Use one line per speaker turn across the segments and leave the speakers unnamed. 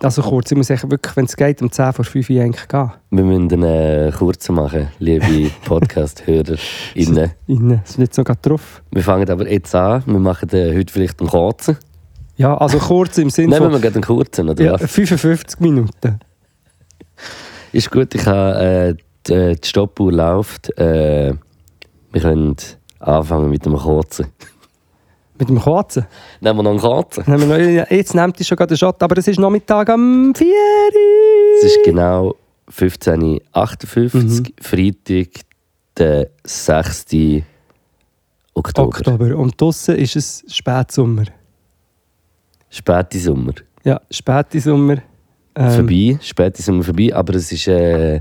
Also kurz, ich muss echt wirklich, wenn es geht, um 10 vor 5 Uhr eigentlich gehen.
Wir müssen einen äh, kurzen machen, liebe Podcast-HörerInnen.
Innen, sind jetzt noch gerade drauf.
Wir fangen aber jetzt an. Wir machen äh, heute vielleicht einen kurzen.
Ja, also kurz im Sinne
Nehmen wir
von
gerade einen kurzen, oder
ja,
was?
55 Minuten.
Ist gut, ich habe äh, die, äh, die Stoppuhr läuft. Äh, wir können anfangen mit einem kurzen.
Mit dem Kurzen.
Nehmen wir noch einen kurzen.
Dann haben wir noch- ja, Jetzt nehmt ihr schon gerade den Shot, aber es ist Nachmittag am 4
Es
Uhr.
ist genau 15.58 Freitag, der 6. Oktober.
Oktober. Und draussen ist es Spätsommer.
Späte Sommer.
Ja, späte Sommer. Ähm,
vorbei, späte Sommer vorbei, aber es ist, äh,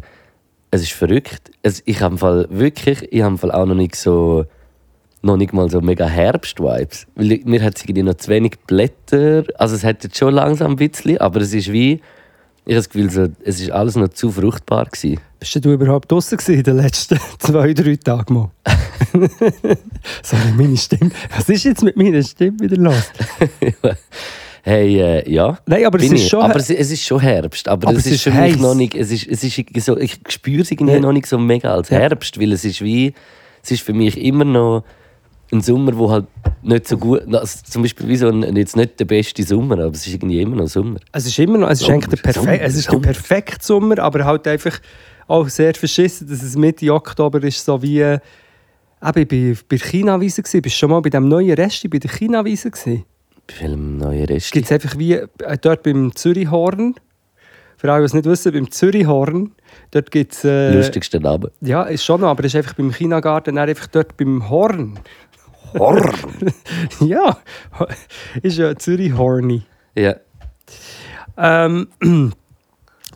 es ist verrückt. Es, ich habe im Fall wirklich, ich habe im Fall auch noch nicht so, noch nicht mal so mega Herbst-Vibes. Weil ich- mir hat es irgendwie noch zu wenig Blätter, also es hat jetzt schon langsam ein bisschen, aber es ist wie, ich habe das Gefühl, so, es ist alles noch zu fruchtbar gewesen.
bist denn du überhaupt draussen gewesen in den letzten zwei, drei Tagen mal? Sorry, meine Stimme. Was ist jetzt mit meiner Stimme wieder los?
Hey, äh, ja.
Nein, aber es
Bin
ist
ich.
schon...
aber es, es ist schon Herbst, aber, es, ist, für
heiß.
mich noch nicht, es ist, es ist irgendwie so, ich spüre es irgendwie
Ja.
noch nicht so mega als
Ja.
Herbst, weil es ist wie, es ist für mich immer noch ein Sommer, wo halt nicht so gut, also zum Beispiel wie so ein, jetzt nicht der beste Sommer, aber es ist irgendwie immer noch Sommer.
Es ist immer noch, es ist
Sommer,
eigentlich der, Perfe
Sommer,
es ist der
Sommer.
perfekte Sommer, aber halt einfach auch sehr verschissen, dass es Mitte Oktober ist, so wie... Äh, eben, ich bin bei der China-Wiese, gewesen. bist du schon mal bei dem neuen Resti bei der China-Wiese gewesen?
Bei welchem neuen Rest?
gibt es einfach wie äh, dort beim Zürichhorn. Für alle, die es nicht wissen, beim Zürichhorn, dort gibt es. Äh,
Lustigsten Abend.
Ja, ist schon noch, aber es ist einfach beim Chinagarten, dann einfach dort beim Horn. Horn? ja, ist ja Zürichhorni.
Ja.
Ähm,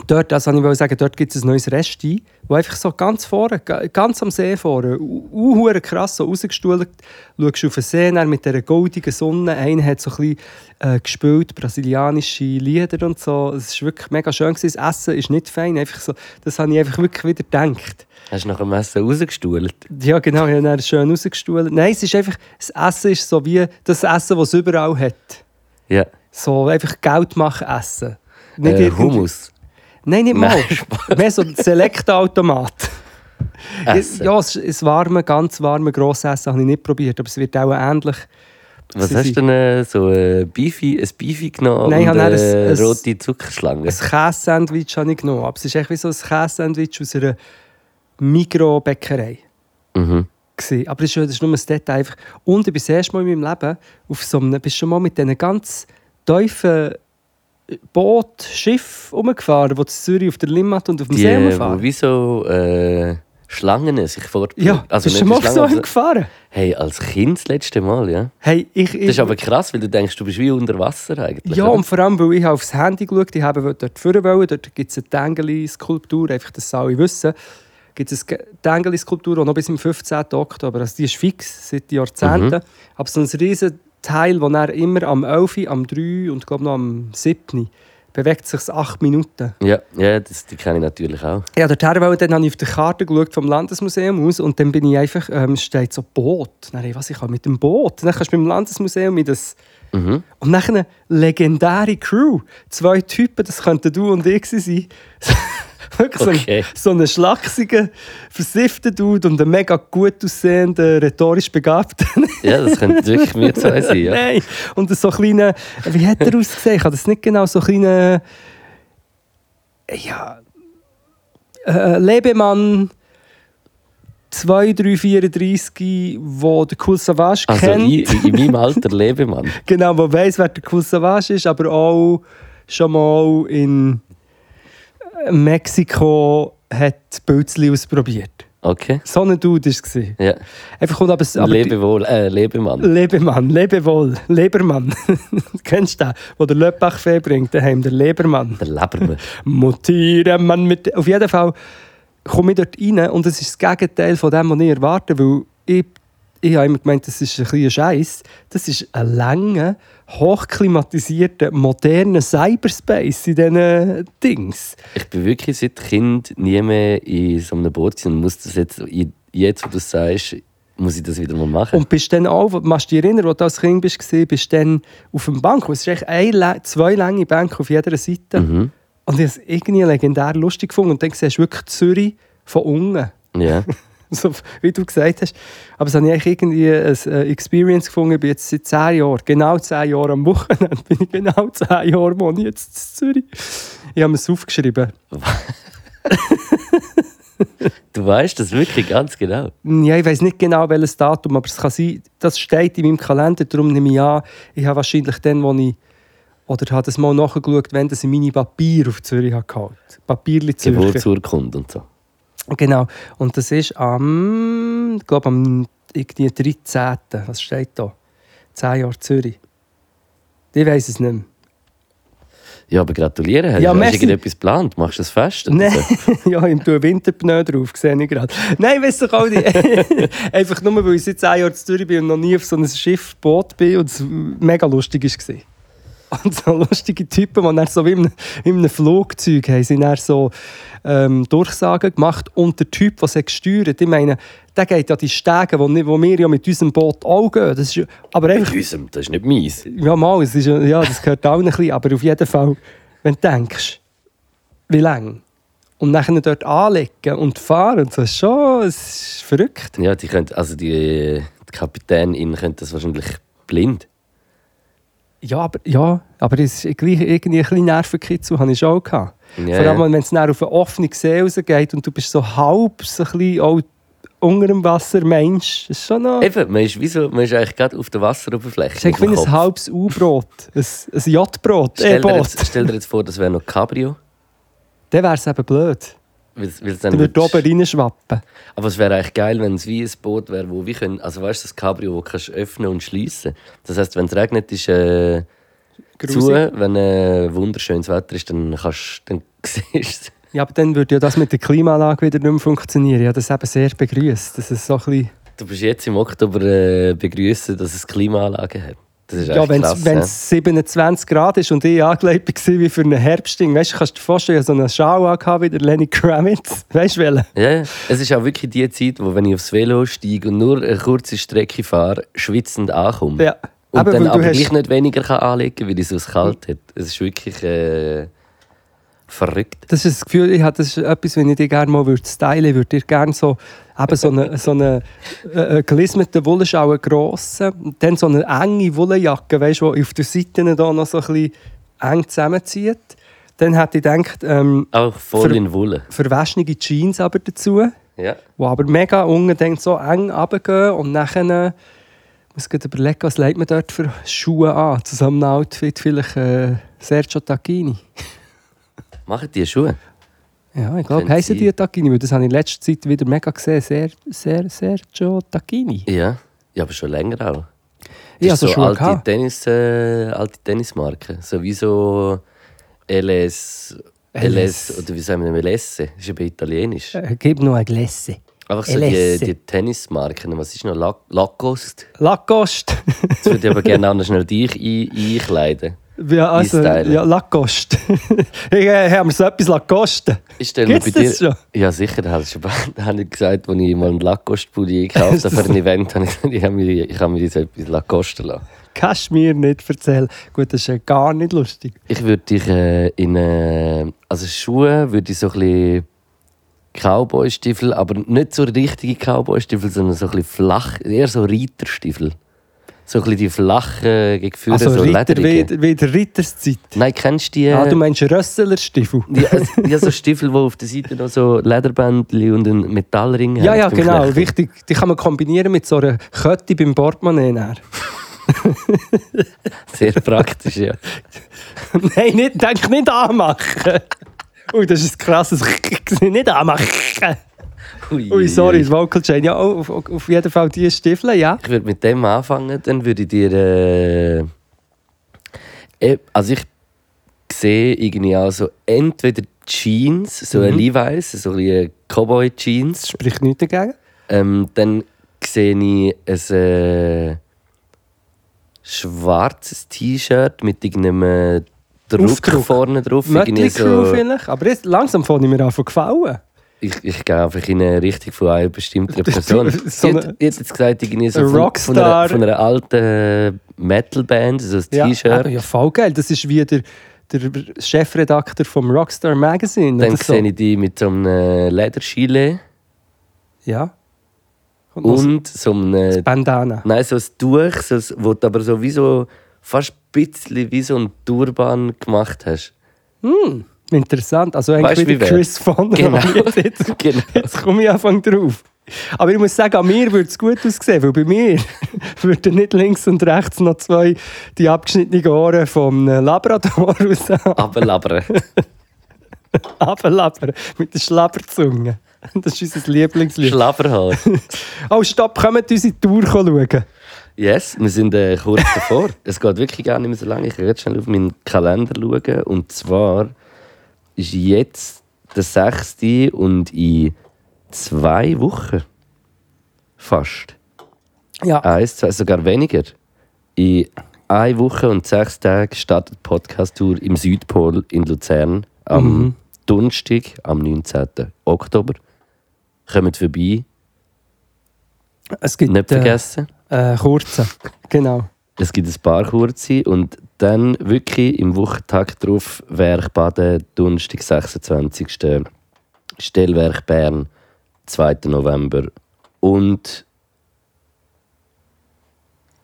dort, das wollte ich sagen, dort gibt es ein neues Resti, wo einfach so ganz vorne, ga- ganz am See vorne, u- uhuere krass so rausgestuhlt, schaust auf den See dann mit dieser goldigen Sonne. Einer hat so ein bisschen äh, gespielt, brasilianische Lieder und so. Es war wirklich mega schön. Gewesen. Das Essen ist nicht fein, einfach so, das habe ich einfach wirklich wieder gedacht.
Hast du nach dem Essen rausgestuhlt?
Ja, genau, ich habe dann schön rausgestuhlt. Nein, es ist einfach, das Essen ist so wie das Essen, das es überall hat.
Ja.
So einfach Geld machen essen. Nicht
Äh,
irgendwie-
Hummus.
Nein, nicht mal.
Nein,
Mehr so ein Select-Automat.
Essen.
Ja, es, es warme, ganz warme Grossessen habe ich nicht probiert, aber es wird auch ähnlich.
Was
sie-
hast
sie-
du denn äh, so äh, Beefy, ein Beefy genommen
Nein, ich
und
habe dann ein- Also
äh,
ein-
rote Zuckerschlange?
Ein Käse-Sandwich habe ich genommen, aber es ist echt wie so ein Käse-Sandwich aus einer Mikrobäckerei.
Mhm.
gewesen. Aber das ist, das ist nur ein Detail. Einfach. Und ich bin das erste Mal in meinem Leben auf so einem, bist du schon mal mit diesen ganz tiefen äh, Boot, Schiff rumgefahren, die zu Zürich auf der Limmat und auf dem
Die,
See
wo
rumfahren.
wie so äh, Schlangen sich fortbewegen.
Ja,
also
bist du
nicht
mal
die
auf so
Schlangen,
einem
aber so-
gefahren?
Hey, als Kind das letzte Mal, ja.
Hey, ich, ich,
Das ist aber krass, weil du denkst, du bist wie unter Wasser eigentlich.
Ja,
oder?
und vor allem, weil ich habe aufs Handy geschaut ich habe dort führen wollen. Dort gibt es eine Tengeli-Skulptur, einfach das soll ich wissen. Gibt es eine Tengeli-Skulptur, die noch bis zum 15. Oktober, also die ist fix seit Jahrzehnten. Aber so ein riesen Teil, wo er immer am 11., Uhr, am 3. Uhr und glaube noch am 7. Uhr bewegt sich 8 Minuten.
ja, ja das, die kenne ich natürlich auch.
Ja, dorthin wollte, dann habe ich auf der Karte geschaut vom Landesmuseum aus und dann bin ich einfach, ähm, steht so Boot. Dann, hey, was ich kann mit dem Boot? Dann kannst du beim Landesmuseum in das
Mhm.
und dann eine legendäre Crew. Zwei Typen, das könnten du und ich gewesen sein. Wirklich
Okay.
so ein, so einen schlachsigen, versifften Dude und einen mega gut aussehenden, rhetorisch begabten.
Ja, das könnte wirklich wir zwei sein. Ja.
Nein. Und so kleine, wie hat er ausgesehen? Ich habe das nicht genau, so kleine, ja, äh, Lebemann 2334, wo der Cool Savage
Also
kennt.
ich, in meinem Alter lebe man.
Genau, wo weiss, wer der Cool Savage ist, aber auch schon mal in Mexiko hat Pilzli ausprobiert.
Okay.
So ein Dude war es.
Ja.
Einfach kommt aber... aber die-
lebe wohl, äh, lebe man.
Lebemann, Lebewohl, Lebermann. Kennst du den, wo der Löbbach-Fee bringt? Daheim, der Lebermann.
Der Lebermann.
Mutieren, man mit... Auf jeden Fall komme ich dort rein und es ist das Gegenteil von dem, was ich erwarte, weil ich ich habe immer gemeint, das ist ein kleiner Scheiß. Das ist ein langer, hochklimatisierter, moderner Cyberspace in diesen Dings.
Ich bin wirklich seit Kind nie mehr in so einem Boot gewesen und muss das jetzt, jetzt wo du es sagst, muss ich das wieder mal machen.
Und bist dann auch, machst du dich erinnern, als du als Kind warst, bist du dann auf dem Bank. Es ist eigentlich eine, lä- zwei lange Bänke auf jeder Seite.
Mhm.
Und ich habe es irgendwie legendär lustig gefunden. Und dann siehst du wirklich Zürich von unten.
Ja.
So, wie du gesagt hast. Aber es habe ich eigentlich irgendwie eine Experience gefunden. Ich bin jetzt seit zehn Jahren, genau zehn Jahre am Wochenende, bin ich genau zehn Jahre wohne ich jetzt in Zürich. Ich habe mir es aufgeschrieben.
Du weißt das wirklich ganz genau.
Ja, ich weiß nicht genau welches Datum, aber es kann sein, das steht in meinem Kalender, darum nehme ich an, ich habe wahrscheinlich dann, wo ich, oder habe das mal nachgeschaut, wenn das in meine Papier auf Zürich habe geholt. Papierli Zürich.
Geburtsurkunde und so.
Genau. Und das ist am, ich glaube am irgendwie 13. Was steht da? 10 Jahre Zürich. Ich weiß es nicht mehr.
Ja, aber gratuliere. Hast
Ja,
ja, du
merci.
irgendetwas geplant? Machst du das fest? oder
Nein,
so?
ja, im Winterpneu drauf, sehe ich gerade. Nein, weißt du auch nicht. Einfach nur, weil ich seit zehn Jahren in Zürich bin und noch nie auf so einem Schiff, Boot bin und es mega lustig war. Und so lustige Typen, die dann so wie in einem, in einem Flugzeug haben, sind dann so ähm, Durchsagen gemacht und der Typ, der sie gesteuert hat, ich meine, der geht ja die Stege, wo, ni- wo wir ja mit unserem Boot auch gehen. Das ist, aber einfach
Mit unserem, das ist nicht meins.
ja, mal, es ist, ja, ja, das gehört auch ein bisschen, aber auf jeden Fall, wenn du denkst, wie lange, und nachher dort anlegen und fahren, und so, ist schon, es ist verrückt.
Ja, die können, also die, die Kapitänin könnte das wahrscheinlich blind.
Ja, aber, ja, aber es ist gleich irgendwie ein bisschen Nervenkitzel, habe ich schon auch gehabt.
Ja,
Vor allem,
ja.
wenn es dann auf eine offene See rausgeht und du bist so halb so ein bisschen auch unter dem Wasser Mensch, das ist schon noch...
Eben, man ist, wie so, man ist eigentlich gerade auf der
Es
Wasseroberfläche.
ist
mit dem
eigentlich wie ein
Kopf.
halbes U-Brot, ein, ein J-Brot,
stell, dir
E-Boot.
jetzt, stell dir jetzt vor, das wäre noch Cabrio.
Dann wäre es eben blöd.
weil's- weil's dann
Dann würde
würdest-
oben reinschwappen.
Aber es wäre eigentlich geil, wenn es wie ein Boot wäre, wo wir können. Also weißt du, das Cabrio, wo kannst du öffnen und schließen. Das heißt, wenn es regnet, ist äh, zu.
Grusig.
Wenn äh, wunderschönes Wetter ist, dann kannst dann siehst
Ja, aber dann würde ja das mit der Klimaanlage wieder nicht mehr funktionieren. Ich habe das eben sehr begrüßt. Das ist so ein bisschen,
du. Du bist jetzt im Oktober äh, begrüßen, dass es Klimaanlagen hat. Das ist
ja,
echt
wenn
krass.
es wenn es 27 Grad ist und ich angelegt war wie für einen Herbstding, weißt du, kannst du dir vorstellen, ich hatte so einen Schal angehabt wie der Lenny Kravitz. Weißt du, welchen?
ja. ja, es ist auch wirklich die Zeit, wo wenn ich aufs Velo steige und nur eine kurze Strecke fahre, schwitzend ankomme.
Ja.
Und
Eben,
dann
weil du
aber
hast-
gleich nicht weniger kann anlegen kann, weil es sonst kalt hat. Es ist wirklich äh, verrückt.
Das ist das Gefühl, ich habe das ist etwas, wenn ich dich gerne mal würde stylen würde, ich gerne so, eben so einen so eine, äh, äh, gelismeten Wollenschau, einen grossen, und dann so eine enge Wollenjacke, weißt du, die auf den Seiten da noch so ein bisschen eng zusammenzieht. Dann hätte ich gedacht, ähm,
Auch voll
Ver-
in Wolle.
verwaschene Jeans aber dazu,
Ja.
die aber mega unten dann so eng runtergehen und nachher äh, muss ich überlegen, was legt man dort für Schuhe an, zusammen mit einem Outfit vielleicht äh, Sergio Tacchini.
Machen die Schuhe?
Ja, ich glaube,
Könnte
heissen die
sein.
Tacchini, weil das habe ich in letzter Zeit wieder mega gesehen, sehr, sehr, Sergio Tacchini.
Ja. Ja, aber schon länger auch.
Ich habe
Das
so
ist so
Schuhe
alte,
gehabt.
Tennis, äh, alte Tennismarken. So wie so LS,
LS.
LS. Oder wie sagen wir LS? Das ist eben italienisch.
Äh, Gib noch ein Glässe.
Einfach so die,
LS.
die Tennismarken. Was ist noch? Lac- Lacoste?
Lacoste.
Jetzt würde ich aber gerne auch noch schnell dich ein, einkleiden.
ja, also,
Einstylen.
ja, Lacoste. ich, äh, haben wir so etwas Lacoste?
Ich stelle mir bei
Gibt's
dir.
das schon?
Ja, sicher. Das habe ich schon da habe ich gesagt, als ich mal einen Lacoste-Pulli gekauft habe für ein Event, habe ich gesagt, ich habe mir, ich habe mir jetzt etwas Lacoste lassen.
Kannst du mir nicht erzählen. Gut, das ist ja gar nicht lustig.
Ich würde dich äh, in äh, also Schuhe würde ich so ein bisschen Cowboy-Stiefel, aber nicht so richtige Cowboy-Stiefel, sondern so ein bisschen flach, eher so Reiterstiefel. So ein bisschen die flachen, gefühlt
Also
so
Ritter, wie,
lederigen.
wie der Ritterszeit.
Nein, kennst du die? äh,
ah, du meinst Rösslerstiefel?
die, also, die so Stiefel, die auf der Seite noch so Lederbändchen und einen Metallring
Ja,
haben
ja,
beim
genau,
Knechten.
wichtig. Die kann man kombinieren mit so einer Kette beim Portemonnaie. nachher.
Sehr praktisch, ja.
Nein, nicht, denk nicht anmachen. Ui, das ist ein krasses Nicht anmachen.
Ui,
Ui, sorry, das Vocal Chain. Ja, auf, auf- auf jeden Fall die Stiefel, ja.
Ich würde mit dem anfangen, dann würde ich dir. Äh, eh, also ich sehe irgendwie auch so entweder
Mhm.
Jeans, so ein Levi's, so ein bisschen Cowboy-Jeans.
Spricht nichts dagegen.
Ähm, dann sehe ich ein äh, schwarzes T-Shirt mit irgendeinem Druck
Aufdruck.
vorne drauf. irgendwie
Mötley Crew
so,
vielleicht, aber jetzt, langsam fange ich mir an zu gefallen.
ich, ich gehe einfach in eine Richtung von einer bestimmten
Das-
Person.
so
Sie hat-
eine-
sie hat jetzt gesagt, irgendwie so
Ein
von, von, einer,
Rockstar.
von einer alten Metalband, so ein
Ja,
T-Shirt.
aber ja, voll geil. Das ist wie der, der Chefredakteur vom Rockstar Magazine.
Dann
oder so.
sehe ich die mit so einem äh, Lederschile
Ja. Und, noch
und so einem äh,
ein Bandana.
Nein, so ein Tuch, so ein, wo du aber so wie so fast ein bisschen wie so ein Turban gemacht hast.
Interessant. Also eigentlich
Weißt
wie
du, wie
der
wer?
Chris von
Genau.
Jetzt, jetzt,
Genau.
jetzt komme ich Anfang drauf. Aber ich muss sagen, an mir würde es gut aussehen, weil bei mir würden nicht links und rechts noch zwei die abgeschnittenen Ohren vom äh, Labrador raus
Aber labern.
ablappern. Mit der Schlabberzunge. Das ist unser Lieblingslied.
Schlabberhaar.
oh, stopp, kommt unsere Tour schauen.
Yes, wir sind äh, kurz davor. Es geht wirklich gar nicht mehr so lange. Ich kann jetzt schnell auf meinen Kalender schauen. Und zwar ist jetzt der 6. und in zwei Wochen fast.
Ja.
Eins, zwei, sogar weniger. In einer Woche und sechs Tagen startet die Podcast-Tour im Südpol in Luzern am Donnerstag, am 19. Oktober. Kommt vorbei,
Es gibt
nicht vergessen.
Äh, äh, kurze. Genau.
Es gibt ein paar kurze und dann wirklich im Wochentag drauf Werkbaden, Donnerstag, 26. Stellwerk Bern, 2. November. Und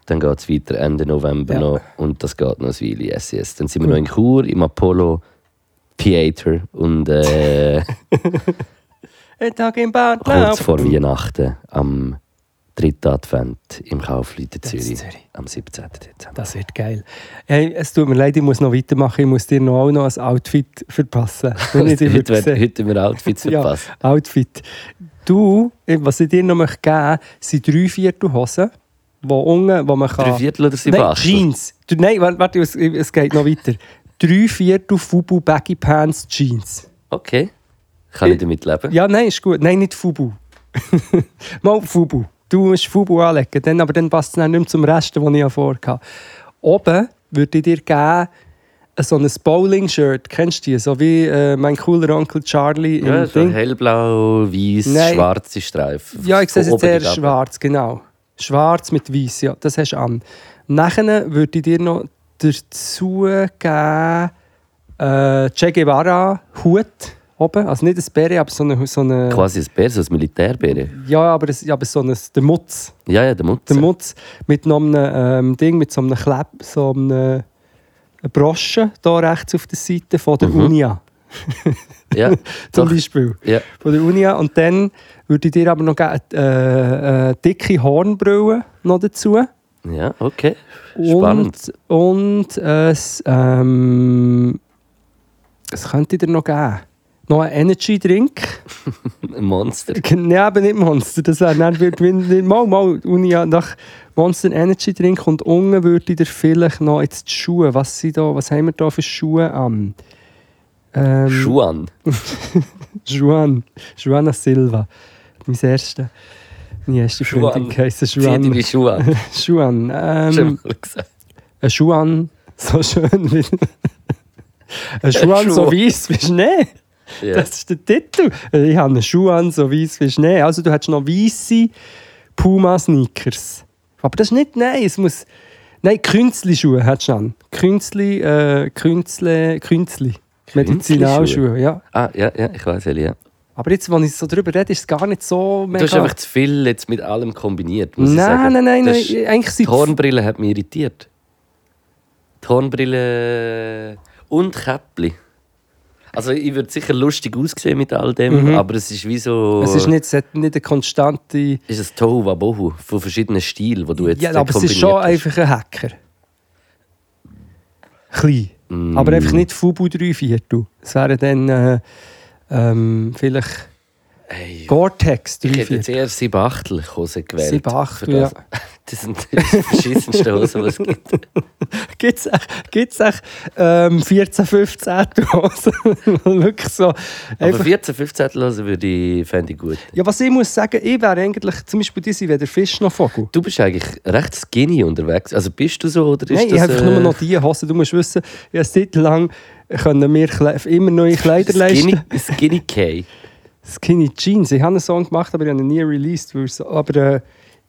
dann geht es weiter Ende November
Ja.
noch und das geht noch ein Weile, yes, yes. Dann sind wir noch in Chur, im Apollo Theater und äh,
Ein Tag im Bad.
kurz vor Weihnachten am 3. Advent im Kaufleuten Zürich,
Zürich.
am 17. Dezember.
Das wird geil. Hey, es tut mir leid, ich muss noch weitermachen. Ich muss dir noch, auch noch ein Outfit verpassen. Wenn ich dich
heute,
sehe.
werden, heute haben wir Outfits
ja,
verpasst.
Outfit. Du, eh, was ich dir noch möchte geben möchte, sind drei Viertelhosen, die unten, wo man kann...
Drei Viertel oder sieben
Ah. Nein,
Achtel?
Jeans. Du- Nein, warte, warte, es- es geht noch weiter. Drei Viertel Fubu Baggy Pants Jeans.
Okay. Kann ich damit leben?
Ja, nein, ist gut. Nein, nicht Fubu. Mal Fubu. Du musst Fubu anlegen, dann, aber dann passt es dann nicht mehr zum Rest, den ich ja vorhatte. Oben würde ich dir geben, äh, so ein Bowling-Shirt, kennst du die? So wie äh, mein cooler Onkel Charlie im
Ja, so
Ding.
hellblau, weiß,
Nein.
schwarze Streifen.
Ja, ich sehe es
Von
jetzt
oben
eher
bis unten.
schwarz, genau. Schwarz mit weiß, ja, das hast du an. Nachher würde ich dir noch dazu geben, äh, Che Guevara Hut oben. Also nicht ein Bäre, aber so eine... So eine
Quasi ein Bär, so ein Militärbär.
ja, aber, es, ja, aber so eine, der Mutz.
Ja, ja, der Mutz.
Der Mutz mit noch einem ähm, Ding, mit so einem Kleb, so einem äh, Broschen hier rechts auf der Seite von der Unia.
Ja,
Zum
Mhm. doch.
Beispiel.
Ja.
Von der Unia. Und dann würde ich dir aber noch geben, äh, äh, dicke Hornbrille noch dazu.
ja, okay. Spannend.
Und, und äh, es, ähm, es könnte ich dir noch geben. Noch einen Energy-Drink.
Ein Monster.
Nein, eben nicht Monster. Das wäre dann wird wenn- mal, mal Unia nach Monster Energy Drink und unten würde ich dir vielleicht noch jetzt die Schuhe. Was, sind da, was haben wir da für Schuhe an? Ähm,
Schuan.
Juan. Juana Silva. Mein erster. Meine erste
Juan.
Freundin heisst
Zieh deine
Juan.
Schuhe an.
Ähm,
Hast
Juan.
du
Ähm,
mal gesagt.
ein Juan. So schön wie. Ein Juan so
Schuh.
weiss wie Schnee.
Ja.
Das ist der Titel. Äh, Ich habe einen Schuh an, so weiß wie Schnee. Also du hast noch weiße Puma-Sneakers. Aber das ist nicht, nein, es muss... Nein, Künstli-Schuhe hast du an. Künstli, äh, Künstli, Künstli. Medizinalschuhe, ja.
Ah, ja, ja, ich weiß, ja.
Aber jetzt, wenn ich so drüber rede, ist es gar nicht so
Du hast einfach zu viel jetzt mit allem kombiniert, muss ich
nein,
sagen.
nein, nein,
Das
nein,
ist-
eigentlich
Die
sind
Hornbrille hat mich irritiert. Die Hornbrille und Käppli. Also ich würde sicher lustig aussehen mit all dem, aber es ist wie so...
Mhm. es ist nicht, es hat nicht eine konstante...
Es ist ein Tohu Wabohu von verschiedenen Stilen, die du jetzt
Ja, nou,
da
aber es ist
kombiniert
schon
hast.
einfach ein Hacker. Klein. Aber eh, ehm, einfach nicht Fubu 3 Viertel. Es wären dann äh, ähm, vielleicht
Ey,
Gore-Tex,
ich
drei,
hätte
vier.
jetzt eher Siebachtel-Hosen gewählt.
Siebachtel,
Für das-
ja.
Das sind die verschissensten Hosen, die es gibt.
Gibt es echt, gibt's echt ähm, 14, 15 Dosen? Wirklich so.
Aber
Einfach,
14, 15 Hosen würde ich, fände ich gut.
ja, was ich muss sagen, ich wäre eigentlich, zum Beispiel diese, weder Fisch noch Vogel.
Du bist eigentlich recht skinny unterwegs. Also bist du so oder ist
Nein,
das...
ich habe einfach
äh,
nur noch die Hosen. Du musst wissen, ich habe seit lang können mir Kle- immer neue Kleider
Skinny,
leisten.
Skinny K.
Skinny Jeans. Ich habe einen Song gemacht, aber ich habe ihn nie released. weil es- Aber, äh,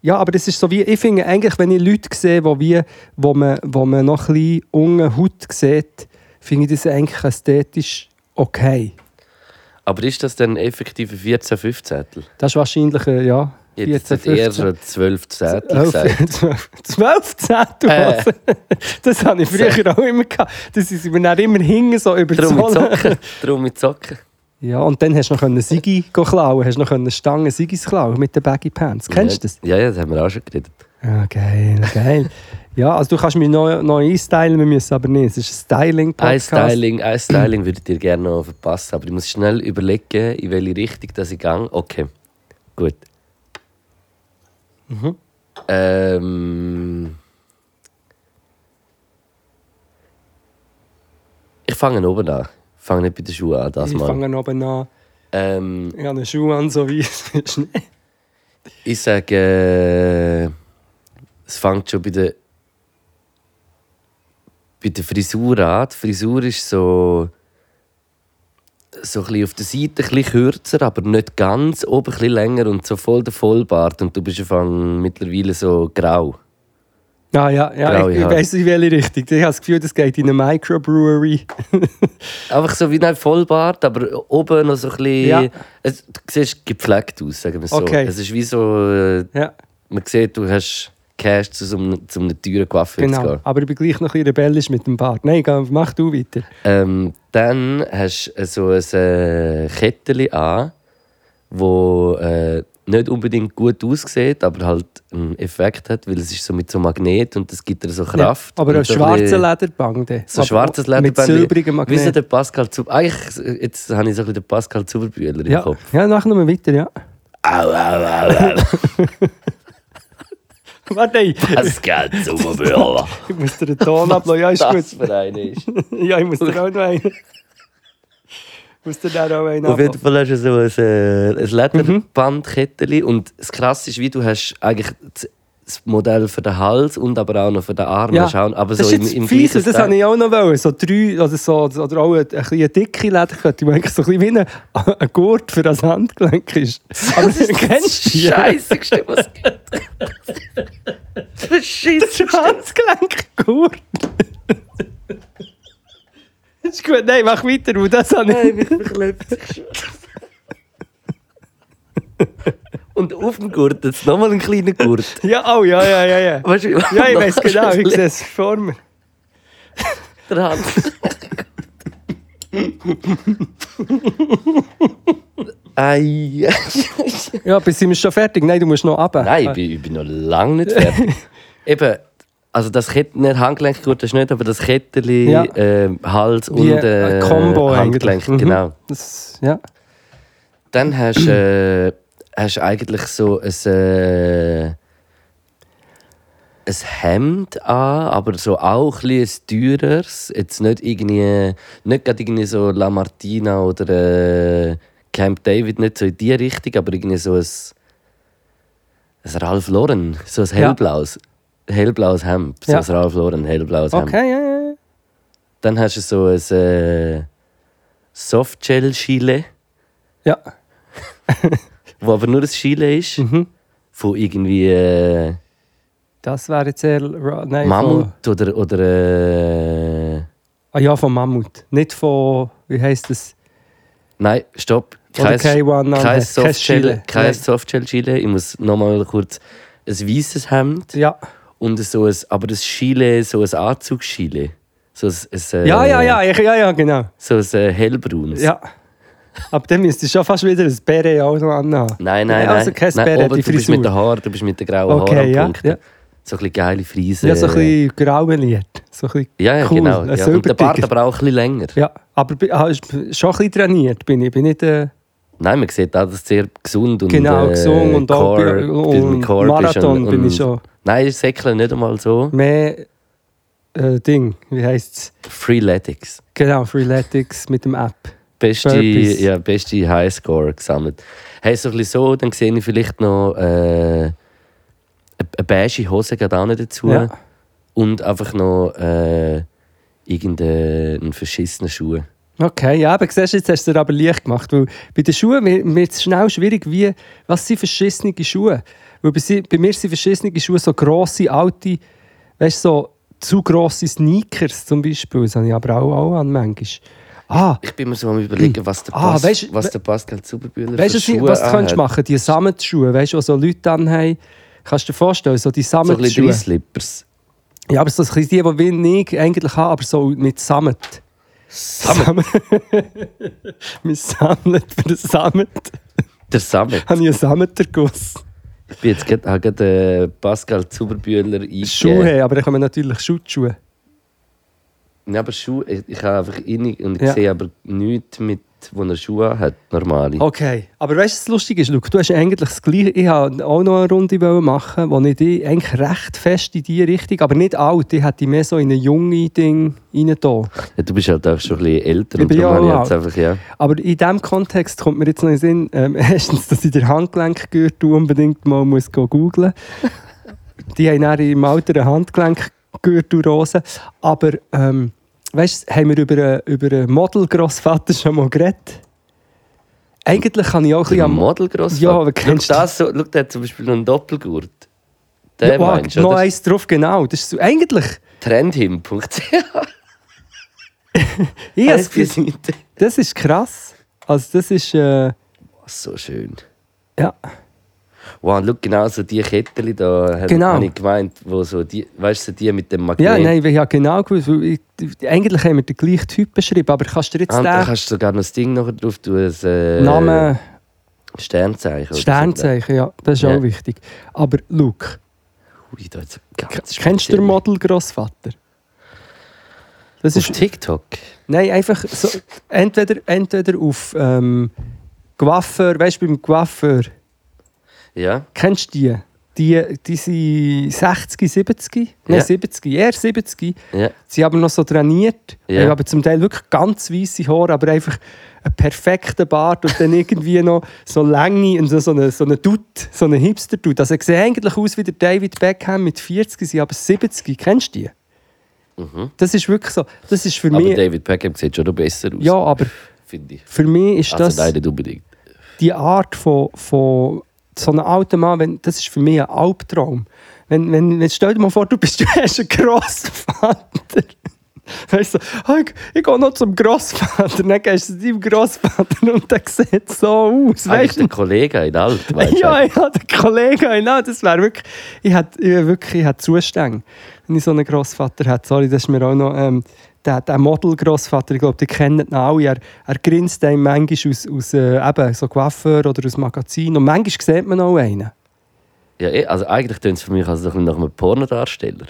ja, aber es ist so wie, ich finde eigentlich, wenn ich Leute sehe, wo, wie, wo, man, wo man noch ein bisschen unten Haut sieht, finde ich das eigentlich ästhetisch okay.
Aber ist das dann effektiv ein 14, 15?
Das ist wahrscheinlich, äh, ja,
Jetzt
14,
hat er
15.
so 12 Zettel
Oh,
gesagt.
12, 12 Zettel.
Äh.
Das habe ich früher auch immer gehabt. Das ist mir dann immer hingen so über die
Drum mit
Sohle.
Socken. Drum mit Socken.
Ja, und dann hast du noch können Sigi go klauen, hast noch können Stangen Sigis klauen mit den Baggy Pants. Kennst du das?
Ja, ja, das haben wir auch schon geredet.
Ja, Ah, geil, geil. ja, also du kannst mich neu, neu einstylen, wir müssen aber nicht. Es ist ein
Ein
Styling-Podcast.
Styling, ein Styling würdet ihr gerne noch verpassen, aber ich muss schnell überlegen, in welche Richtung dass ich gehe. Okay, gut.
Mhm.
Ähm, ich fange oben an. Ich fange nicht bei den Schuhen an, das
Ich
Mal.
fange oben an,
Ähm,
ich habe einen Schuh an, so wie es ist.
ich sage, äh, es fängt schon bei der, bei der Frisur an. Die Frisur ist so, so ein bisschen auf der Seite ein bisschen kürzer, aber nicht ganz, oben ein bisschen länger und so voll der Vollbart. Und du bist Anfang mittlerweile so grau.
Ah, ja, ja,
Graue
ich, ich
Haare.
weiss in welche Richtung. Ich habe das Gefühl, das geht in eine Microbrewery.
Einfach so wie ein Vollbart, aber oben noch so ein bisschen.
Ja.
Es, du siehst gepflegt aus, sagen wir es so.
Okay.
Es ist wie so. äh,
ja,
Man sieht, du hast Cash zu so einem, zu einem teuren Coiffeur zu
genau.
gehen.
Aber ich bin gleich noch ein bisschen rebellisch mit dem Bart. Nein, geh, mach du weiter.
Ähm, dann hast du so ein äh, Kettchen an, wo äh, nicht unbedingt gut aussieht, aber halt einen Effekt hat, weil es ist so mit so Magnet und es gibt dir so Kraft.
Ja, aber
und
ein
so
schwarzer
bisschen-
Lederband. dann.
So
Aber
ein schwarzes
Mit
Lederband.
silbrigem
Wie so
Magnet.
der Pascal Zuber. Eigentlich, jetzt habe ich so ein bisschen den Pascal Zuberbühler im
Ja,
Kopf.
ja nachher noch mal weiter, ja.
Au, au, au, au.
Warte, ey,
Pascal Zuberbühler.
ich muss dir den Ton ablassen. Ja, ist
das
gut.
für einer ist.
Ja, ich muss dir auch noch einen. Ich muss dir dann auch einen
Auf jeden
ablassen.
Fall hast du so ein, äh, ein
Mhm.
Lederbandkettchen und das Krasse ist, wie du hast eigentlich das- das Modell für den Hals und aber auch noch für den Arm.
Ja,
hast du auch noch- aber
das
so
ist jetzt
im, im
fies,
gleichen
das
Style.
habe ich auch noch wollen. So drei, also so, oder auch eine, ein bisschen eine dicke Lederkette, die eigentlich so ein bisschen wie ein, ein Gurt für das Handgelenk ist. Aber das kennst du die?
Scheissigste, was es gibt. Scheissigste.
Handgelenkgurt. ist gut, nein, mach weiter, weil das habe ich...
Und auf dem Gurt jetzt nochmal einen kleinen Gurt.
Ja, oh, ja, ja, ja, ja.
Weißt du,
Ja, ich
noch-
weiß genau, ich sehe es vor mir.
Der Hand. Ei.
Ja, bis sind wir schon fertig. Nein, du musst noch runter.
Nein, ich bin, ich bin noch lange nicht fertig. Eben, also das Ketten, nicht Handgelenk, gut, das ist nicht, aber das Kettchen,
Ja.
ähm, Hals
Wie
und äh,
ein Combo
Handgelenk,
eigentlich. Mhm.
genau.
Das, ja.
Dann hast du äh, hast du eigentlich so ein, äh, ein Hemd an, aber so auch ein, bisschen ein teures. Jetzt nicht irgendwie, nicht gerade irgendwie so La Martina oder äh, Camp David, nicht so in die Richtung, aber irgendwie so ein, ein Ralph Lauren, so ein hellblaues, hellblaues Hemd. So
Ja.
ein Ralph Lauren, hellblaues Hemd.
Okay, ja, ja, ja.
Dann hast du so ein äh, Softshell-Gilet.
Ja,
wo aber nur ein Chile ist, von irgendwie äh,
das wäre jetzt eher... ra- Nein, Von,
Mammut oder, oder äh,
ah ja, von Mammut. Nicht von... Wie heisst das?
nein, stopp,
Oder
kein, kein,
K1 Name.
kein Softshell,
Chile.
kein
Nein.
Softshell Chile. Ich muss nochmal kurz ein weißes Hemd
Ja.
und so ein, aber das Chile, so ein Anzugschile, so ein, ein äh,
Ja, ja, ja, ich, ja, ja, genau.
so ein äh, hellbraunes.
Ja. Aber dann müsstest du schon fast wieder ein Beret auch noch anhaben.
Nein, nein, nein.
Also kein
nein,
Beret,
oben,
die
du bist mit den
Frisur.
Haaren, du bist mit den grauen
Okay,
Haaren
ja,
punktet.
ja.
So ein bisschen geile Frise.
Ja, so ein bisschen graumeliert. So ein bisschen
ja, ja
cool.
genau.
Ein
Ja. Und der Bart
Silbertiger.
aber auch ein bisschen länger.
Ja, aber bi- ah, ist- schon ein bisschen trainiert bin ich. Bin nicht, äh,
Nein, man sieht auch, dass es sehr gesund und äh,
Genau, gesund und auch
Corp-
bei- und
Corp ist
Marathon bin ich schon.
Nein, ist Säckle nicht einmal so.
Mehr äh, Ding, wie heisst es?
Freeletics.
Genau, Freeletics mit dem App.
Beste,
Burpees.
ja, beste Highscore gesammelt. Hey, so ein bisschen so, dann sehe ich vielleicht noch äh, eine eine beige Hose geht auch noch dazu.
Ja.
Und einfach noch äh, irgendeinen verschissenen Schuh.
Okay, ja, aber siehst, du, jetzt hast du es dir aber leicht gemacht, weil bei den Schuhen mir, mir ist es schnell schwierig, wie, was sind verschissene Schuhe? Weil bei, sie, bei mir sind verschissene Schuhe so grosse, alte, weißt du, so zu grosse Sneakers zum Beispiel, das habe ich aber auch, auch an manchmal. Ah,
Ich bin mir so am überlegen, was der,
Ah,
Bas,
weisst-
was der Pascal Zuberbühler
weißt du,
für Schuhe äh,
was- was du könntest
anhat.
machen? Die Sametschuhe, weißt du, die so Leute dann haben. Kannst du dir vorstellen, so die
So ein bisschen
Sametschuhe.
Dreislippers.
ja, aber so ein bisschen die, die wenig eigentlich haben, aber so mit Samet. Samet. Wir sammeln für den Samet.
Der Samet.
Habe ich einen Sameterguss.
Ich bin jetzt gerade, habe gerade äh, Pascal Zuberbühler eingegeben.
Schuhe, aber dann kommen natürlich Schutzschuhe.
Ja, aber Schuhe, ich, ich habe einfach innig und ich
Ja.
sehe aber nichts mit, wo er Schuhe hat, normale.
Okay, aber weißt du, was lustig ist? Luke, du hast eigentlich das Gleiche. Ich wollte auch noch eine Runde wollen machen, wo ich dich eigentlich recht fest in die Richtung, aber nicht alt. Ich hätte dich mehr so in ein junge Ding reingetan.
Ja, du bist halt auch schon ein bisschen älter
Ich
und
bin
darum
ja
habe ich jetzt
alt.
einfach, ja.
Aber in diesem Kontext kommt mir jetzt noch in den Sinn, ähm, erstens, dass ich den Handgelenkgürtel unbedingt mal muss go googlen Die haben dann im Alter eine Handgelenkgürtelrose. Aber, ähm, weißt du, haben wir über, einen- über einen Model-Grossvater schon mal geredet? Eigentlich kann ich auch ein bisschen
Der
am-
Model gross.
Ja, aber kennst
schau,
du-
das so, schau, der hat zum Beispiel noch einen Doppelgurt. Der
wow,
äh, meinst du,
Noch
oder?
eins drauf, genau. Das ist so, eigentlich,
Trendhim.ch
ich
heisst
yes,
die Seite.
das ist krass. Also das ist, äh,
Oh, so schön.
ja,
Wow, und schau, genau so die Kettchen da hat-
Genau.
habe ich gemeint, wo so die, weißt du, so die mit dem Magnet.
ja, nein, ich habe genau gewusst, weil ich, eigentlich haben wir den gleichen Typ beschrieben, aber kannst du dir jetzt
Ah, und da
den
kannst du sogar noch das Ding nachher drauf tun, ein äh,
Namen,
Sternzeichen. oder so.
Sternzeichen, ja, das ist
Ja.
auch wichtig. Aber Luke,
Ui, da hat's ganz
kennst du
speziell.
den Model-Grossvater? Das
Auf
ist,
TikTok?
nein, einfach so, entweder, entweder auf ähm, Coiffeur, weißt du, beim Coiffeur,
Ja.
Kennst du die? Die, die sind 60, 70, nein,
Ja.
70, eher 70.
ja.
Sie haben noch so trainiert,
Ja.
haben aber zum Teil wirklich ganz weiße Haare, aber einfach einen perfekten Bart und dann irgendwie noch so lange, und so, so einen so eine Dutt, so einen Hipster-Dutt. Also, sie sehen eigentlich aus wie der David Beckham mit 40, sie aber 70. Kennst du die? Das ist wirklich so, das ist für
Mhm. Aber
mich,
David Beckham sieht schon noch besser aus.
ja, aber
Finde ich.
für mich ist
Also
das...
nein, nicht unbedingt.
die Art von, von so einem alten Mann, wenn, das ist für mich ein Albtraum. Wenn, wenn, wenn, stell dir mal vor, du bist du hast einen Grossvater. Weißt du, ah, ich, ich gehe noch zum Grossvater, dann gehst du zu deinem Grossvater und der sieht so aus.
Eigentlich
Weißt du?
der Kollege in Alt, weißt du?
Ja, eh. ich hatte einen Kollegen, genau, das wäre wirklich, ich hätte ich hätte wirklich ich hätte Zustände, wenn ich so einen Grossvater hätte. Sorry, das ist mir auch noch, ähm, der, der Model-Grossvater, ich glaube, die kennen ihn alle, er, er grinst einem manchmal aus, aus äh, eben, so Coiffeur oder aus Magazin und manchmal sieht man auch einen.
Ja, eh, also eigentlich tönt es für mich also so ein bisschen nach einem Pornodarsteller.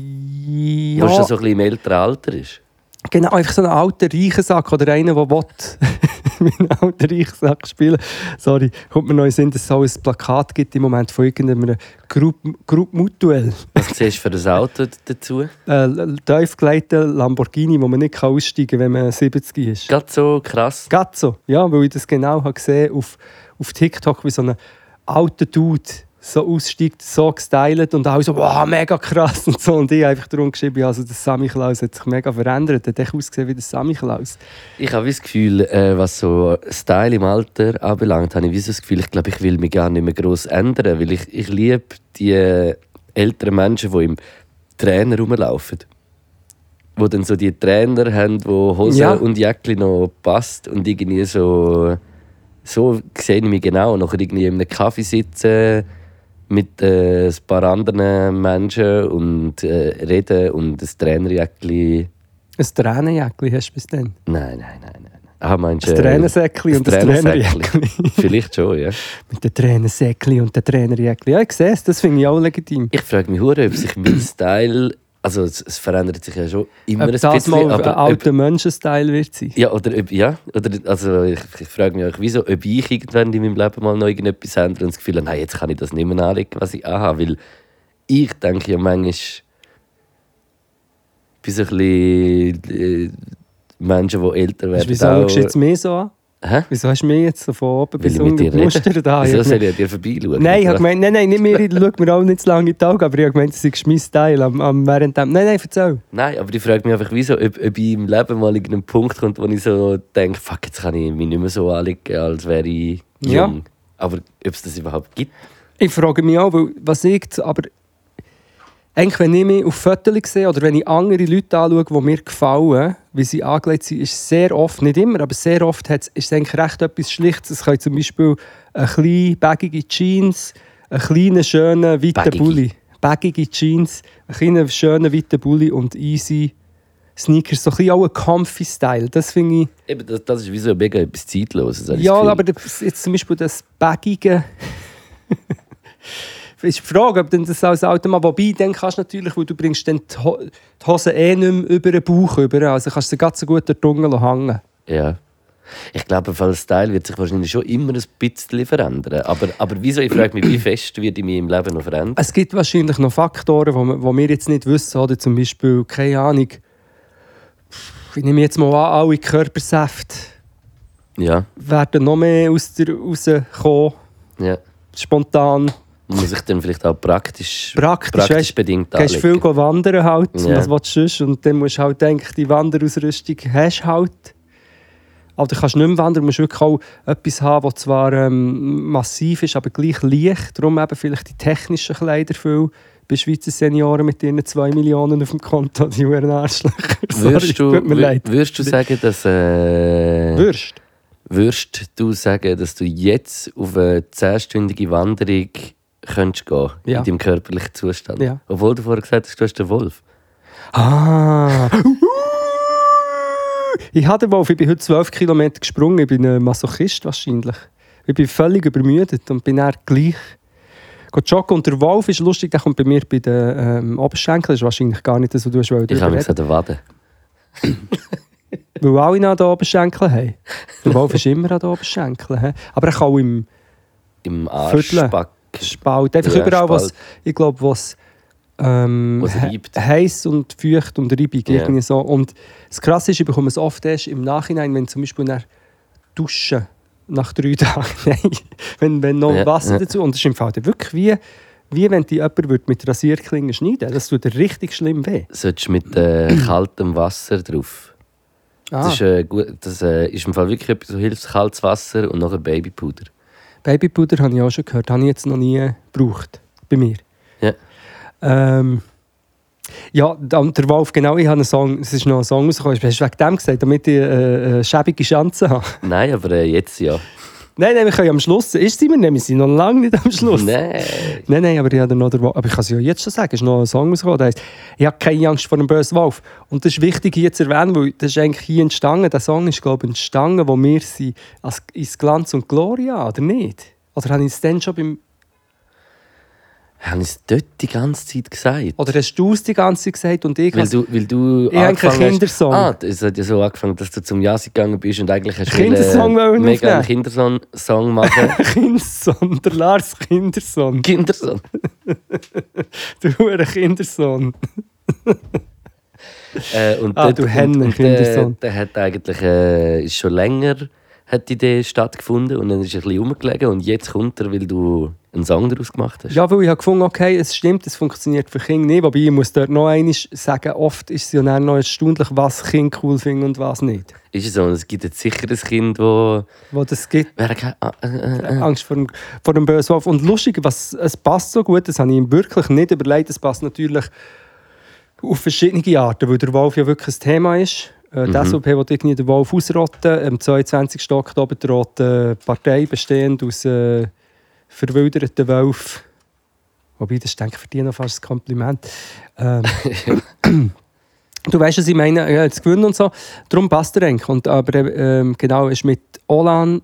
Ja.
Ja,
Wo schon so ein bisschen im älteren Alter ist.
genau, einfach so einen alten Reichensack oder einen, der will meinen alten Reichensack spielen. Sorry, kommt mir noch in den Sinn, dass es auch ein Plakat gibt im Moment von irgendeinem Groupe, Groupe Mutuel.
Was siehst du für ein Auto d- dazu?
äh, tief gelegten Lamborghini, wo man nicht kann aussteigen kann, wenn man 70 ist.
Gerade so krass.
Gazzo, ja, weil ich das genau habe gesehen auf, auf TikTok, wie so ein alter Dude so aussteigt, so gestylt und alle so, wow, mega krass und so. Und ich einfach darum geschrieben, also der Sammy Klaus hat sich mega verändert, hat echt ausgesehen wie der Sammy Klaus.
Ich habe wie das Gefühl, äh, was so Style im Alter anbelangt, habe ich wie so das Gefühl, ich glaube, ich will mich gar nicht mehr gross ändern, weil ich, ich liebe die äh, älteren Menschen, die im Trainer rumlaufen. Wo dann so die Trainer haben, wo Hose
Ja.
und Jäckli noch passt und irgendwie so... So sehe ich mich genau. Nachher irgendwie in einem Kaffee sitzen mit äh, ein paar anderen Menschen und äh, reden und ein Trainerjäckli...
Ein Tränenjäckli hast du bis dann.
Nein, nein, nein, nein. Ah, meinst du?
Ein
äh,
Tränensäckli und ein
Tränensäckli?
Trainerjäckli.
Vielleicht schon, ja.
Mit dem Tränensäckli und dem Trainerjäckli. Ja, ich sehe es, das finde ich auch legitim.
Ich frage mich, hure, ob sich mein Style also es, es verändert sich ja schon immer
Ob
ein
das
bisschen.
mal ein
aber ob,
alter Menschenstyle wird sein.
ja, oder ob, ja, oder, also ich, ich frage mich auch, wieso, ob ich irgendwann in meinem Leben mal noch irgendetwas ändere und das Gefühl habe, nein, jetzt kann ich das nicht mehr anlegen, was ich anhabe. Weil ich denke ja manchmal, ich bin so ein bisschen äh, Menschen, die älter werden.
Ist, wieso
auch-
schaust du jetzt mich so an?
Hä?
Wieso hast du mich jetzt so von oben
Weil
bis
ich mit
unten
dir rede.
gemustert? Ah, ich
Wieso
hab
soll ich an dir vorbeischauen?
Nein, ich habe gemeint, nein, nein, nicht mehr, schau mir auch nicht zu lange in die Augen, aber ich habe gemeint, das ist mein Style am, am während dem. Nein, nein, erzähl.
Nein, aber ich frage mich einfach, wieso, ob, ob ich im Leben mal an einen Punkt kommt, wo ich so denke, fuck, jetzt kann ich mich nicht mehr so anlegen, als wäre ich
Ja.
jung. Aber ob es das überhaupt gibt?
Ich frage mich auch, weil, was ich, aber eigentlich, wenn ich mich auf Fotos sehe oder wenn ich andere Leute anschaue, die mir gefallen, wie sie angelegt sind, ist sehr oft, nicht immer, aber sehr oft hat's, ist es eigentlich recht etwas Schlichtes. Es können zum Beispiel eine kleine, bagige Jeans, einen kleinen, schönen, weiten
Bagige.
Bulli. Bagige Jeans, einen kleinen, schönen, weiten Bulli und easy Sneakers. So ein bisschen auch ein comfy Style. Das finde ich...
Eben, das, das ist wieso mega etwas Zeitloses. habe ich
Ja,
das Gefühl.
aber das- jetzt zum Beispiel das Bagige. ist die Frage, ob denn das als alter Mann, wobei, dann kannst du natürlich, weil du bringst dann die Ho- die Hose eh nicht mehr über den Bauch über, also kannst du sie ganz so gut der Tunge hängen. lassen.
Ja. Ich glaube, der Style wird sich wahrscheinlich schon immer ein bisschen verändern. Aber, aber wieso, ich frage mich, wie fest wird ich mich im Leben noch verändern?
Es gibt wahrscheinlich noch Faktoren, die wo, wo wir jetzt nicht wissen, oder zum Beispiel, keine Ahnung, ich nehme jetzt mal an, alle Körpersäfte
Ja,
werden noch mehr aus der rauskommen,
ja.
spontan,
Muss ich dann vielleicht auch praktisch,
praktisch, weisst-
bedingt
Gehst
anlegen?
viel go wandern halt,
Ja.
was willst du sonst? Und dann musst du halt denken, die Wanderausrüstung hast du halt. Aber du kannst nicht mehr wandern, du musst wirklich auch etwas haben, was zwar ähm, massiv ist, aber gleich leicht. Darum eben vielleicht die technischen Kleider viel. Bei Schweizer Senioren mit ihren 2 Millionen auf dem Konto, die huren Arschlöcher. Sorry,
Würdest du,
tut mir leid.
wür- würdest du sagen, dass... Äh,
Würst?
Würdest du sagen, dass du jetzt auf eine 10-stündige Wanderung könntest gehen
Ja.
in deinem körperlichen Zustand?
Ja.
Obwohl du vorher gesagt hast, du bist der Wolf.
Ah! Ich hatte Wolf, ich bin heute 12 Kilometer gesprungen, ich bin ein Masochist wahrscheinlich. Ich bin völlig übermüdet und bin dann gleich. Geht Joggen. Und der Wolf ist lustig, der kommt bei mir bei den ähm, Oberschenkeln. Das ist wahrscheinlich gar nicht das, was du hast wollen.
Ich habe mir gesagt, der Wade.
Weil alle noch an den Oberschenkeln haben. Der Wolf ist immer an den Oberschenkeln. hä? Aber er kann auch im
Im
Viertel.
Arschback.
Spalt. Einfach
Ja,
überall, was,
Spalt.
ich glaube, was ähm,
Was
he-
reibt.
heiß und feucht und reibig.
Ja.
irgendwie So. Und das Krasse ist, ich bekomme es oft erst im Nachhinein, wenn zum Beispiel nach Duschen nach drei Tagen, nein, wenn, wenn noch
Ja,
Wasser
ja.
dazu. Und das ist im Fall dann wirklich wie, wie wenn dich jemand würd mit Rasierklingen schneiden würde. Das tut dir richtig schlimm weh.
Solltest du mit äh, kaltem Wasser drauf.
Ah.
Das, ist, äh, gut, das äh, ist im Fall wirklich etwas, so hilft kaltes Wasser und nachher Babypuder.
Babypuder habe ich auch schon gehört, habe ich jetzt noch nie gebraucht bei mir.
Ja.
Ähm, ja, da- und der Wolf, genau, ich habe einen Song, es ist noch ein Song rausgekommen, hast du wegen dem gesagt, damit ich äh, äh, schäbige Schanzen habe?
Nein, aber äh, jetzt ja.
nein, nein, wir können ja am Schluss, ist sie, wir nehmen sie noch lange nicht am Schluss.
Nein.
Nein, nein, aber ich, habe noch den Wolf, aber ich kann es ja jetzt schon sagen, es ist noch ein Song rausgekommen, der heisst «Ich habe keine Angst vor einem bösen Wolf». Und das ist wichtig hier zu erwähnen, weil das ist eigentlich hier entstanden, der Song ist, glaube ich, entstanden, wo wir sie als, ins Glanz und Gloria, oder nicht? Oder habe ich es dann schon beim...
Habe ich es dort die ganze Zeit gesagt?
Oder hast du es die ganze Zeit gesagt und ich
Weil
has-
du, weil du
Ich habe keinen Kindersong.
Hast, ah, es hat ja so angefangen, dass du zum Jasi gegangen bist und eigentlich hast du
Kindersong
wollen, äh,
wollen
mega einen
aufnehmen.
Kindersong Song machen.
Kindersohn, der Lars Kindersohn,
Kindersong.
der hure Kindersohn.
Äh, und
Ah, du Hennen,
und, und, äh,
Kindersong.
der hat eigentlich äh, ist schon länger hat die Idee stattgefunden und dann ist er ein bisschen rumgelegen und jetzt kommt er, weil du einen Song daraus gemacht hast.
Ja, weil ich habe gefunden, okay, es stimmt, es funktioniert für Kinder nicht, wobei ich muss dort noch einmal sagen, oft ist es ja dann noch erstaunlich, was Kinder cool finden und was nicht.
Ist es so, und es gibt jetzt sicher ein Kind, wo
Wo das gibt,
wer keine ah, äh, äh, äh.
Angst vor dem, vor dem bösen Wolf. Und lustig, was, es passt so gut, das habe ich ihm wirklich nicht überlegt, es passt natürlich auf verschiedene Arten, weil der Wolf ja wirklich ein Thema ist. Äh,
Mhm.
Die SVP will irgendwie den Wolf ausrotten. Am 22. Oktober droht äh, eine Partei bestehend aus äh, verwilderten Wölfen. Wobei, das ist, denke ich, für dich noch fast ein Kompliment. Ähm, du weißt, was ich meine, ja, das Gewinn und so. Darum passt er eigentlich. Und, aber ähm, genau, ist mit Olan,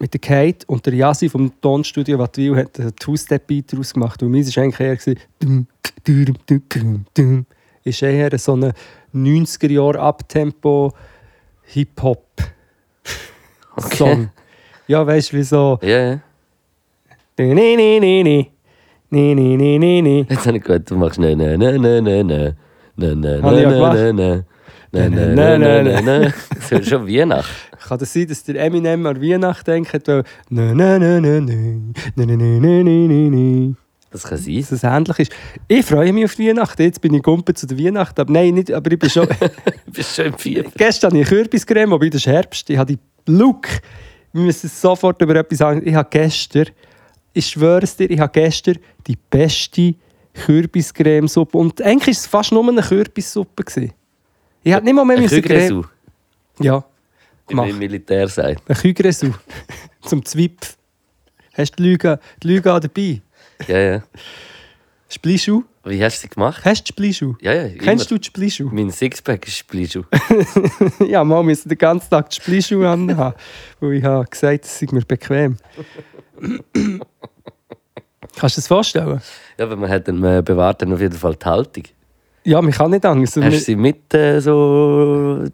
mit der Kate und der Yasi vom Tonstudio Wattwil hat einen Two-Step-Beat daraus gemacht. Und meins war eigentlich eher gewesen, dum, dum, dum, dum, dum. ist eher so eine 90er-Jahre-Abtempo-Hip-Hop-Song.
Okay.
Ja, weißt du, wie so.
Ja, ja.
Nee, nee, nee, nee, nee. Nee, nee, nee, nee, nee.
Jetzt habe ich gehört, du machst ne, ne, ne, ne, ne, ne, ne, ne,
Habe ich ja
ne, ne, ne, ne, ne, ne, ne, ne, ne. Das ist schon Weihnachten.
Kann das sein, dass der Eminem an Weihnachten denkt, weil. Nö, nö, nö, nö, nö. Nö, nö, nö, nö, nö, nö, nö.
Das kann sein.
Dass es ähnlich ist. Ich freue mich auf die Weihnachten. Jetzt bin ich Gumpen zu der Weihnachten. Aber nein, nicht, aber ich bin schon.
Du bist schon im Fieber.
Gestern hatte ich Kürbiscreme, wobei das ist Herbst. Ich habe die Look. Wir müssen sofort über etwas sagen. Ich habe gestern, ich schwöre es dir, ich habe gestern die beste Kürbiscremesuppe. Und eigentlich war es fast nur eine Kürbissuppe. gewesen. Ich hätte nicht mal mehr
Ein
müssen Creme-
Kügresu,
Ja,
wie man im
Mach.
Militär sagt.
ein Kügresu. Zum Zwipf. Hast du die Lüge, die Lüge auch dabei?
Ja, ja.
Splischu?
Wie hast du sie gemacht?
Hast du Splischu?
Ja, ja.
Kennst du die Splischu?
Mein Sixpack ist Blischu.
Ja, mal müssen den ganzen Tag die Splischuhe anhaben, weil ich habe gesagt, es sei mir bequem. Kannst du das vorstellen?
Ja, aber man hat dann, man bewahrt dann auf jeden Fall die Haltung.
Ja, man kann nicht anders.
Hast du sie mit äh, so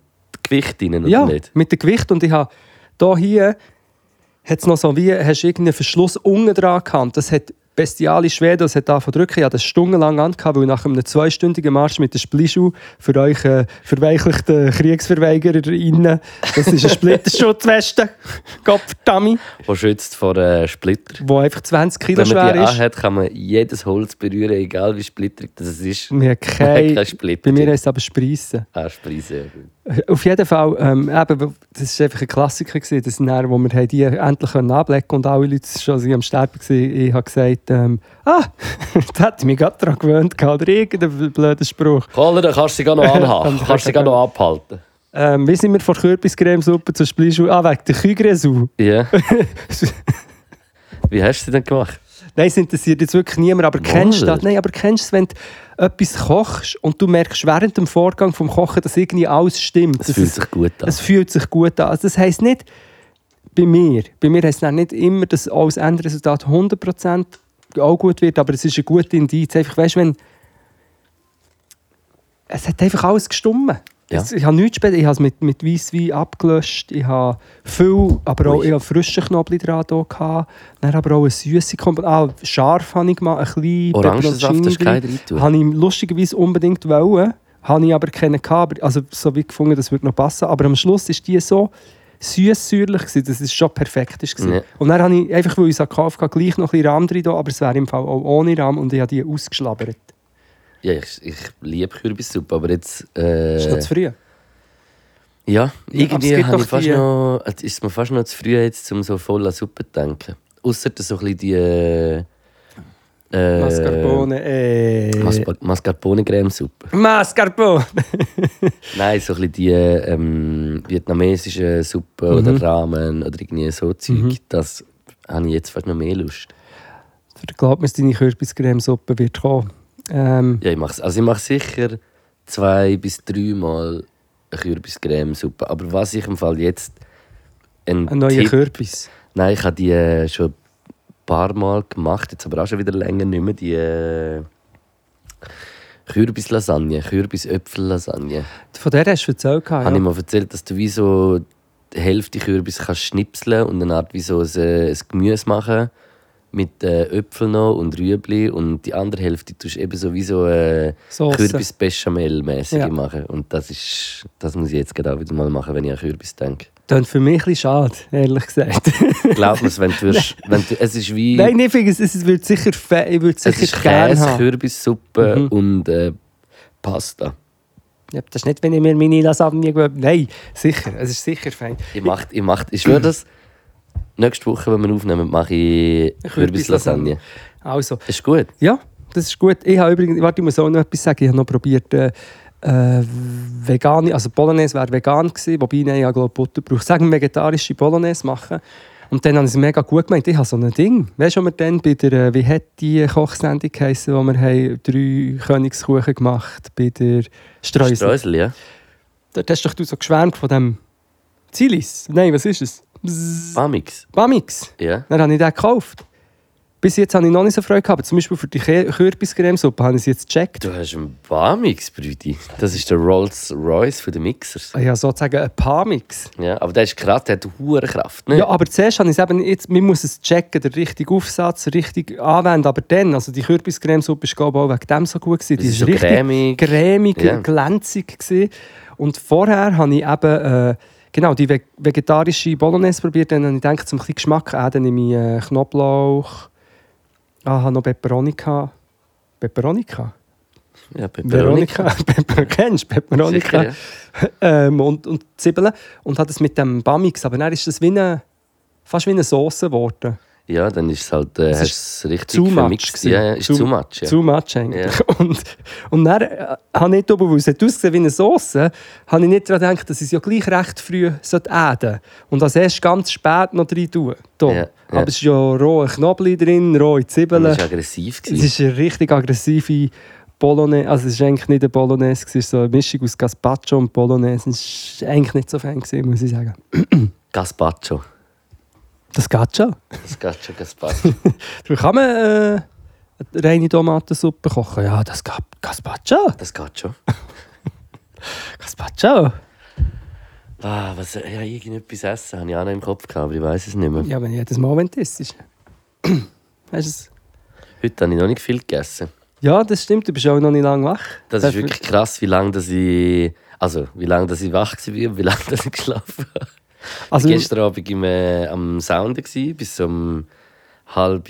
Gewicht rein, oder
ja,
nicht?
mit dem Gewicht. Und ich habe da hier hat's noch so wie, hast du irgendeinen Verschluss unten dran gehabt. Das hat bestiale Schweden, das hat davon drücken. Ich habe das stundenlang angehabt, weil nach einem zweistündigen Marsch mit der Splischu für euch äh, verweichlichten KriegsverweigererInnen, das ist eine Splitterschutzweste, Gottverdammt,
Wo schützt vor äh, Splitter.
die einfach 20 Kilo
Wenn man
schwer
die
ist.
anhat, kann man jedes Holz berühren, egal wie splitterig das ist.
Wir haben
Nein,
keine,
kein
bei
Splitter.
mir ist es aber Spreissen.
Aschpreise.
Auf jeden Fall, ähm, eben, das war einfach ein Klassiker, gewesen, das dann, wo wir haben die endlich können ablecken konnten und alle Leute schon sie am Sterben waren. Ich habe gesagt, ähm, ah, das hätte ich mich gerade daran gewöhnt, gehabt, oder irgendein blöder Spruch.
Koller, dann kannst du sie gar noch anhaben.
Dann
kannst du sie gar noch abhalten.
Ähm, wie sind wir von Kürbiscremesuppe zur Splischu? Ah, wegen der Kügresu.
Ja. Wie hast du sie denn gemacht?
Nein, es interessiert jetzt wirklich niemand, aber kennst du
Wohl.
das? Nein, aber kennst du es, wenn du etwas kochst und du merkst während dem Vorgang vom Kochen, dass irgendwie alles stimmt?
Es
dass
fühlt
es-
sich gut an.
Es fühlt sich gut an. Also das heisst nicht, bei mir, bei mir heisst es dann nicht immer, dass alles Endresultat 100% auch gut wird, aber es ist ein guter Indiz. Einfach, weißt, wenn es hat einfach alles gestummen.
Ja.
Es- Ich habe nichts später, ich habe es mit, mit Weisswein abgelöscht, ich habe viel, aber auch
Ui.
ich habe frischen Knoblauch dran da gehabt, dann aber auch eine süße Komponente, ah, scharf habe ich gemacht, ein bisschen
Orangensaft hast du
Peperoncini
keinen rein
drin. Habe ich lustigerweise unbedingt wollen, habe ich aber keinen gehabt, aber- also so wie gefunden, das würde noch passen, aber am Schluss ist die so süß-säuerlich gewesen, das ist schon perfekt ist gewesen.
Ja.
Und dann habe ich, einfach weil ich es gekauft habe, gleich noch ein bisschen Rahm drin, da, aber es wäre im Fall auch ohne Rahm und ich habe die ausgeschlabbert.
Ja, ich, ich liebe Kürbissuppe, aber jetzt.
Das ist noch
Äh,
zu früh.
ja,
aber es
irgendwie
gibt
habe
doch
ich fast
die-
noch, es ist mir fast noch zu früh, jetzt, um so voll an Suppe zu denken. Außer dass so ein bisschen die. Äh, äh,
Mascarpone, äh.
Maspa- Mascarpone-Cremesuppe.
Mascarpone!
Nein, so ein bisschen die ähm, vietnamesische Suppe oder Ramen oder irgendwie so Zeug. Das habe ich jetzt fast noch mehr Lust.
Ich glaube, mir, deine Kürbiscremesuppe wird kommen. Ähm,
Ja, ich mache Also ich mache sicher zwei bis dreimal eine Kürbiscremesuppe. Aber was ich im Fall jetzt ein
ein neuer
Tipp-
Kürbis.
Nein, ich habe die äh, schon ein paar Mal gemacht, jetzt aber auch schon wieder länger nicht mehr. Die äh, Kürbislasagne, Kürbisöpfellasagne.
Von der hast du erzählt. gehabt,
Habe
Ah, Ja.
ich mal erzählt, dass du wie so die Hälfte Kürbis kannst schnipseln und eine Art wie so ein, äh, ein Gemüse machen mit äh, Äpfeln noch und Rüebli und die andere Hälfte tust du eben so wie so äh,
Sauce.
kürbis bechamel mäßige
Ja.
machen. Und das ist, das muss ich jetzt gerade auch wieder mal machen, wenn ich an Kürbis denke.
Das für mich ein bisschen schade, ehrlich gesagt.
Glaub mir's, wenn du, wirst, wenn du es ist wie...
Nein, ich finde, es, es wird sicher, fe- ich würde
Es
sicher
ist
gerne
Käse,
haben. Mhm.
Kürbissuppe und äh, Pasta.
Ja, das ist nicht, wenn ich mir meine Lasagne gewöhnt Nein, sicher. Es ist sicher fein.
Ich mach, ich mach, ich schwöre das. Nächste Woche, wenn wir aufnehmen, mache ich Kürbislasagne.
Also,
Ist gut.
ja, das ist gut. Ich habe übrigens, warte, ich muss auch noch etwas sagen. Ich habe noch probiert, äh, äh, vegane, also Bolognese wäre vegan gewesen, wobei nein, ich habe, glaube Butter brauche. Sagen wir vegetarische Bolognese machen. Und dann habe ich es mega gut gemeint. Ich habe so ein Ding. Weißt du, wo wir dann bei der, äh, wie hat die Kochsendung geheissen, wo wir haben drei Königskuchen gemacht bei der Streusel?
Streusel, ja.
Da hast doch du so geschwärmt von dem Zilis. Nein, was ist es? Bzz.
Amix.
Bamix.
Ja.
Dann habe ich den gekauft. Bis jetzt habe ich noch nicht so Freude gehabt. aber Zum Beispiel für die Ke- Kürbiscremesuppe habe ich es jetzt gecheckt.
Du hast einen Bamix, Brüdi. Das ist der Rolls Royce für den Mixers.
Ah Ja, sozusagen ein Pamix.
Ja, aber der ist krass, der hat hohe Kraft. Ne?
Ja, aber zuerst habe ich es eben jetzt, man muss es checken, den richtigen Aufsatz, richtig anwenden. Aber dann, also die Kürbiscremesuppe ist glaube ich auch wegen dem so gut gewesen. Die
ist so
richtig
cremig.
cremig
Ja.
glänzig gewesen. Und vorher habe ich eben, äh, genau, die ve- vegetarische Bolognese probiert. Dann habe ich gedacht, zum ein bisschen Geschmack auch, dann nehme ich äh, Knoblauch. Ah, habe noch Peperoni gehabt. Peperoni gehabt?
Ja, Veronika.
Veronika. Peper, kennst du Peperonica?
Sicher, ja.
ähm, und, und Zwiebeln. Und hat es mit dem Bamix. Aber dann ist das wie eine, fast wie eine Soße geworden.
ja, dann ist es halt äh,
Es
hast
ist
es richtig
too much
vermixt.
gewesen.
Ja, ja, ist
Too-
zu much. Ja.
Zu much eigentlich. Und, und dann äh, habe ich nicht, oben, weil es hat ausgesehen wie eine Soße, habe ich nicht daran gedacht, dass ich es ja gleich recht früh sollte äden Und als erst ganz spät noch rein tun. Da.
Ja, ja.
Aber es ist ja rohe Knoblauch drin, rohe
Und
Zwiebeln.
das war aggressiv.
Es
Gewesen.
ist eine richtig aggressive Bolognese. Also, es ist eigentlich nicht eine Bolognese, es ist so eine Mischung aus Gazpacho und Bolognese. Es war eigentlich nicht so Fan, gewesen, muss ich sagen.
Gaspacho.
Das geht schon.
Das geht schon Gaspacho.
Du kann man äh, eine reine Tomatensuppe kochen. Ja, das geht. Gazpacho.
Das geht schon.
Gazpacho.
Ah, was, ja, irgendetwas essen habe ich auch noch im Kopf gehabt, aber ich weiß es nicht mehr.
Ja, wenn jedes Mal, wenn das ist. Hast du es?
Heute habe ich noch nicht viel gegessen.
Ja, das stimmt. Du bist auch noch nicht lange wach.
Das ist
Dafür-
wirklich krass, wie lange dass ich. Also, wie lange dass ich wach war und wie lange dass ich geschlafen habe.
Also,
Gestern Abend im, äh, am Sound gsi, bis um halb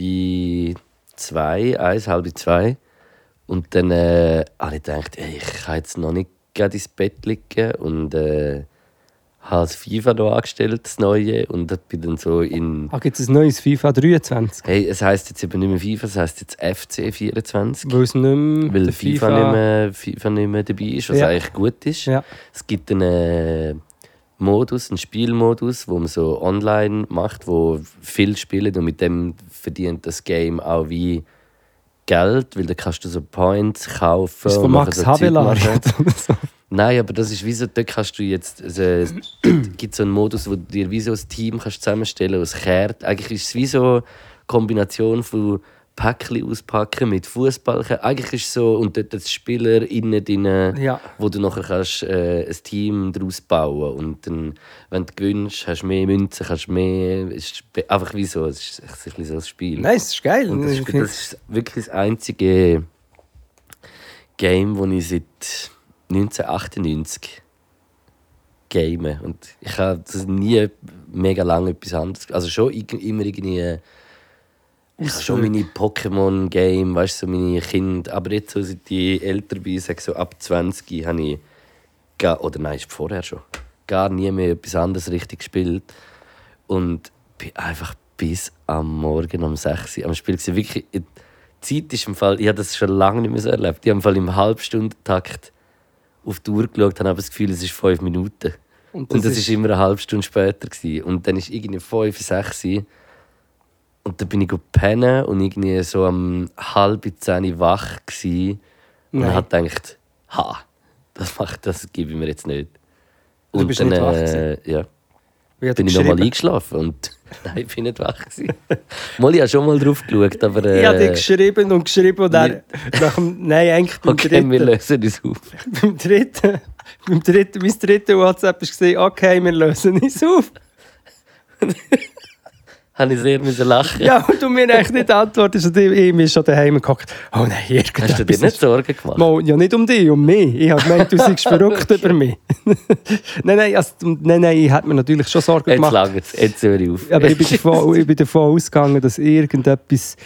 zwei, eins, halb zwei. Und dann äh, habe ich gedacht, ey, ich kann jetzt noch nicht gerade ins Bett liegen. Und äh, habe das FIFA noch angestellt, das Neue. Und bin dann so in.
ah, gibt es ein neues FIFA 23?
Hey, es heisst jetzt eben nicht mehr FIFA, es heisst jetzt FC24.
Weil es nicht mehr.
Weil
der
FIFA, nicht, mehr, FIFA nicht mehr dabei ist, was
Ja.
eigentlich gut ist.
Ja.
Es gibt einen äh, Modus, einen Spielmodus, wo man so online macht, wo viel spielen und mit dem verdient das Game auch wie Geld, weil da kannst du so Points kaufen.
Das ist von
und nachher
Max
so Zeug
Havelaar.
machen.
oder so.
Nein, aber das ist wie so, dort kannst du jetzt, also, es gibt so einen Modus, wo du dir wie so ein Team kannst zusammenstellen kannst, aus Kehrt. Eigentlich ist es wie so eine Kombination von Päckchen auspacken mit Fußball. Eigentlich ist es so, und dort das Spieler innen drin,
Ja.
wo du nachher kannst, äh, ein Team daraus bauen Und dann, wenn du gewinnst, hast du mehr Münzen, kannst mehr, ist sp- einfach wie so, es ist, es ist ein bisschen so ein Spiel.
Nein, es ist geil.
Und das,
Ich
ist,
find-
das ist wirklich das einzige Game, das ich seit 1998 game. Und ich habe das nie mega lange etwas anderes. Also schon ig- immer irgendwie. Ich habe schon meine Pokémon-Game, weißt du, so meine Kinder. Aber jetzt, so, seit ich älter bin, sag so ab 20, habe ich. Gar, oder nein, ist vorher schon. Gar nie mehr etwas anderes richtig gespielt. Und bin einfach bis am Morgen um 6 Uhr am Spiel. Gewesen. Wirklich, die Zeit ist im Fall. Ich habe das schon lange nicht mehr so erlebt. Ich habe im Fall im Halbstundentakt auf die Uhr geschaut, habe aber das Gefühl, es ist fünf Minuten.
Und
Und
das
das, ist
ist-
immer eine halbe Stunde später. Gewesen. Und dann ist irgendwie fünf, sechs Uhr. Und dann bin ich gut pennen und irgendwie so am halb zehn wach gsi Und
Nein.
dann hat gedacht, ha, das macht das gebe ich mir jetzt nicht.
Du
Und
bist
dann
nicht wach gewesen?
äh, ja,
Wie hat
bin
er
ich nochmal
geschrieben?
eingeschlafen und nein, ich bin nicht wach gewesen. Mal, ich habe schon mal drauf geschaut, aber
Ich habe dir
äh,
geschrieben und geschrieben und dann nach dem, nein, eigentlich beim
okay,
dritten,
wir lösen uns auf.
beim dritten, beim dritten, mein dritter WhatsApp ist gesehen, okay, wir lösen uns auf.
Habe ich sehr müssen lachen.
Ja, und du mir eigentlich nicht antwortest und ich, ich bin schon daheim geguckt. Oh nein, irgendetwas.
Hast du dir nicht
ist-
Sorgen gemacht?
Mal, ja, nicht um dich, um mich. Ich habe gemeint, du seist verrückt über mich. nein, nein, also, nein, nein, ich hätte mir natürlich schon Sorgen
Jetzt
gemacht.
lange jetzt höre ich auf.
Aber ich bin, davon, ich bin davon ausgegangen, dass irgendetwas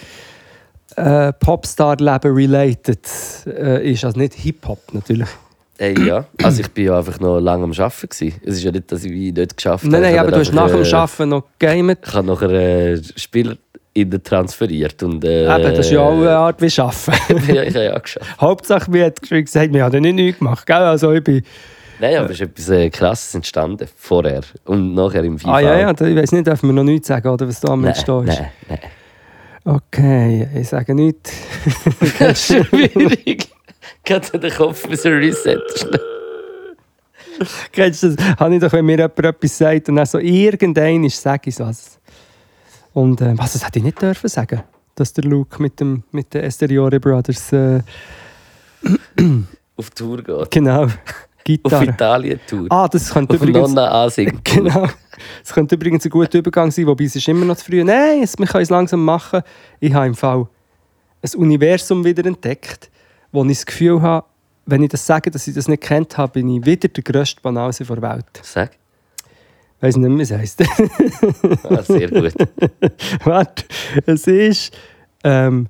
äh, Popstar-Leben related äh, ist. Also nicht Hip-Hop natürlich.
Hey, ja. Also ich war ja einfach noch lange am Arbeiten. Gewesen. Es ist ja nicht, dass ich wie nicht geschafft
Nein,
habe.
nein,
Ich
aber
habe
du hast nach dem
einfach, äh,
Arbeiten noch gegamet.
Ich habe nachher äh, Spieler in den transferiert. Und, äh,
Eben, das ist ja auch eine Art wie Arbeiten.
ja, ich habe ja auch geschafft.
Hauptsache, wir hat schon gesagt, wir haben ja nicht nichts gemacht. Gell? Also ich bin,
Nein, aber es ist etwas äh, Krasses entstanden. Vorher und nachher im FIFA.
ah ja, ja, ich weiß nicht, dürfen wir noch nichts sagen, oder was da am
Nein,
Entstehen ist.
nein, nein.
Okay, ich sage nichts.
Das ist schwierig. Gerade den Kopf müssen reset.
Kennst du das? Habe ich doch, wenn mir jemand etwas ähm, sagt und dann so irgendein ist, sage ich was. Und äh, was, das hätte ich nicht dürfen sagen. dass der Luke mit, dem, mit den Esteriore Brothers äh,
auf Tour geht.
genau
Auf
Gitarre.
Italien-Tour.
Ah, das könnte
auf
übrigens.
Nonna ansingen.
Genau. Es könnte übrigens ein guter Übergang sein, wobei es ist immer noch zu früh. Nein, es, wir können es langsam machen. Ich habe im Fall ein Universum wieder entdeckt, wo ich das Gefühl habe, wenn ich das sage, dass ich das nicht kennt habe, bin ich wieder der grösste Banause der Welt.
Sag.
Ich weiß nicht mehr, wie es heisst.
Ah, sehr gut.
Warte, es ist. Ähm,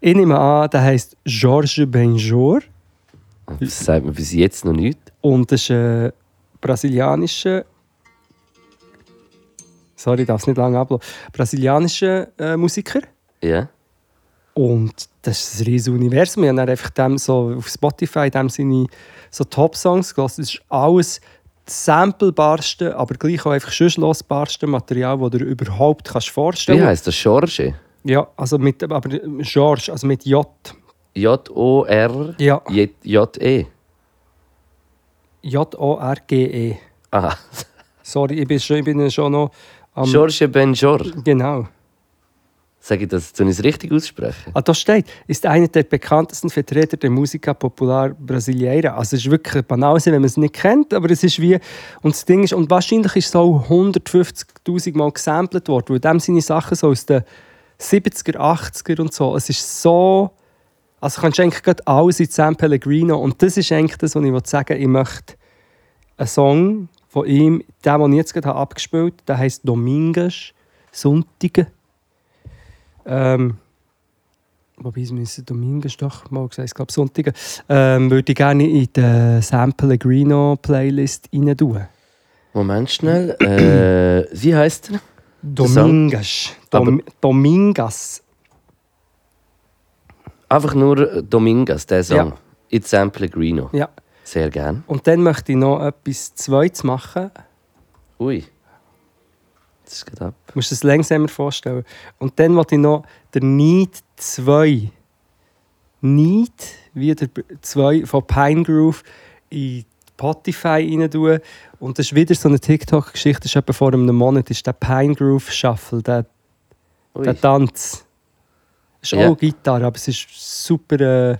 ich nehme an, der heisst Georges Benjor
Das sagt mir bis jetzt noch nichts.
und ist ein brasilianischer. Sorry, ich darf es nicht lange ablassen. Brasilianischer äh, Musiker.
Ja.
Und das ist ein riesiges Universum. Ich habe dann einfach dem so auf Spotify dem seine so Top-Songs gelassen. Es ist alles das samplebarste, aber gleich auch einfach schüsslosbarste Material, das du dir überhaupt kannst vorstellen
Wie heisst das? George?
Ja, also mit, aber George, also mit J.
J-O-R.
Ja.
J- J-E.
J-O-R-G-E.
Aha.
E. Sorry, ich bin, schon, ich bin schon noch am...
George Benjor.
Genau.
Sag ich das, soll ich es richtig aussprechen?
Ah, da steht, ist einer der bekanntesten Vertreter der Musica Popular Brasileira. Also es ist wirklich eine Banause, wenn man es nicht kennt, aber es ist wie, und das Ding ist, und wahrscheinlich ist es auch 150'000 Mal gesampelt worden, weil dem seine Sachen so aus den 70er, 80er und so, es ist so, also kannst du eigentlich gerade alles in San Pellegrino, und das ist eigentlich das, was ich sagen will. ich möchte einen Song von ihm, den, den ich jetzt gerade habe abgespielt habe, der heisst «Domingas, Sonntage». Ähm, Wobei es müssen Domingos doch mal gesagt, ich glaube Sonntage. Ähm, würde ich gerne in die San Pellegrino Playlist rein tun.
Moment schnell. Äh, wie heißt er?
Domingas. Dom Domingas.
Einfach nur Domingas, der Song.
Ja.
It's San Pellegrino.
Ja.
Sehr gern.
Und dann möchte ich noch etwas Zweites machen.
Ui. Das ist gerade ab.
Du musst es langsamer vorstellen. Und dann wollte ich noch der Need 2. Need, wie der 2 von Pine Groove, in Spotify rein tun. Und das ist wieder so eine TikTok-Geschichte, das ist etwa vor einem Monat, ist der Pine Groove Shuffle, der
Ui.
Der Tanz. Ist
Ja.
auch Gitarre, aber es ist super, äh,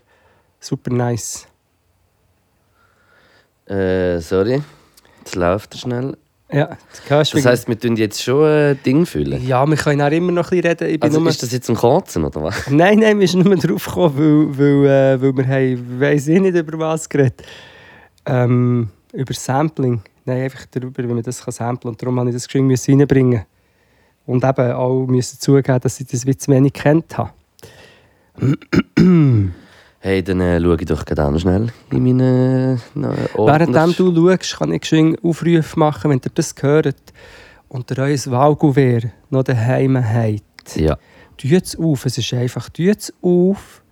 super nice.
Äh, sorry. Jetzt läuft er schnell.
Ja, das hörst du
Das heisst, wir tun jetzt schon ein Ding füllen.
Ja, wir können auch immer noch ein bisschen reden. Ich bin
Also
nur...
ist das jetzt ein Kotzen oder was?
Nein, nein, wir sind nur drauf gekommen, weil, weil, äh, weil wir haben, weiss ich nicht, über was geredet ähm, Über Sampling. Nein, einfach darüber, wie man das kann samplen kann. Und darum musste ich das geschwind müssen reinbringen. Und eben auch müssen zugeben, dass ich das wie zu wenig kennt habe.
Hey, dann äh, schaue ich doch gerade auch noch schnell in meine äh,
Währenddem du schaust, kann ich schön Aufrufe machen, wenn ihr das hört und ihr euer Wahlgewehr noch daheim habt.
Ja.
Tut es auf, es ist einfach, tut es auf,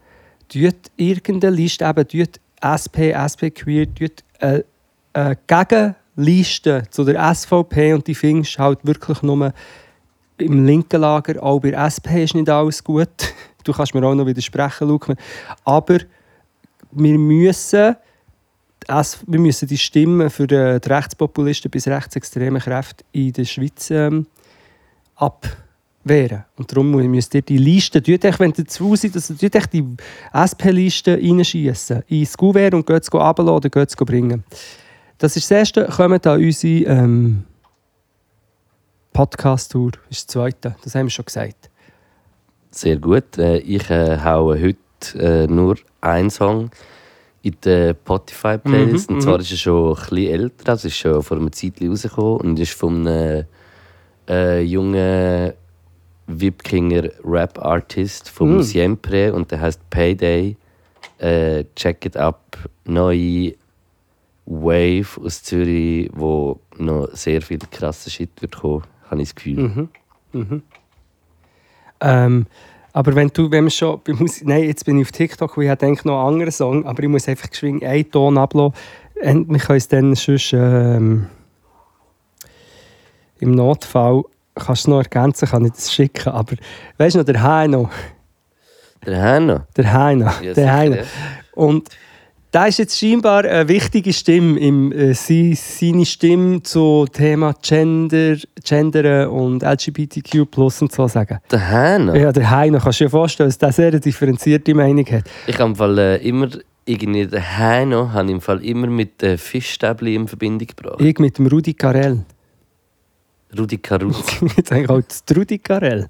tut irgendeine Liste, eben tut SP, SP Queer, tut äh, äh, Gegenliste zu der SVP und die findest du halt wirklich nur im linken Lager, auch bei SP ist nicht alles gut. Du kannst mir auch noch widersprechen, Luke. Aber wir müssen, es- wir müssen die Stimmen für äh, die Rechtspopulisten bis rechtsextreme Kräfte in der Schweiz ähm, abwehren. Und darum mu- müsst ihr die Liste, tut euch, wenn ihr zu Hause seid, also tut euch die SP-Liste reinschiessen. Ins Gouverne und geht es runterladen oder geht es bringen. Das ist das Erste. Kommt an unsere ähm, Podcast-Tour. Das ist das Zweite. Das haben wir schon gesagt.
Sehr gut. Äh, ich äh, haue heute äh, nur einen Song in der Spotify-Playlist.
Mhm,
und zwar ist er schon ein bisschen älter. Es ist schon vor einer Zeit rausgekommen und ist von einem äh, jungen Wipkinger Rap-Artist von
Mhm.
Siempre und der heißt Payday. Äh, check it up. Neue Wave aus Zürich, wo noch sehr viel krasser Shit wird kommen, habe ich das Gefühl.
Mhm. Ähm, aber wenn du, wenn wir schon bei Musik, nein, jetzt bin ich auf TikTok, weil ich habe eigentlich noch einen anderen Song, aber ich muss einfach geschwind einen Ton ablassen. Und wir können es dann sonst ähm, im Notfall, kannst du es noch ergänzen, kann ich das schicken, aber weißt du noch, der Heino,
Der Hanno.
der Heino,
Ja,
der
sicher,
Heino.
ja.
Und Da ist jetzt scheinbar eine wichtige Stimme, im, äh, sie, seine Stimme zum Thema Gender, Gender und LGBTQ und so sagen.
Der Hannah.
Ja, der Heino, kannst du dir vorstellen, dass der sehr eine differenzierte Meinung hat.
Ich habe im Fall äh, immer irgendwie den Heino habe ich im Fall immer mit äh, Fischstäbli in Verbindung gebracht.
Ich mit dem Rudi Carell.
Rudi Karuzzi,
Jetzt eigentlich auch das Rudi Carell.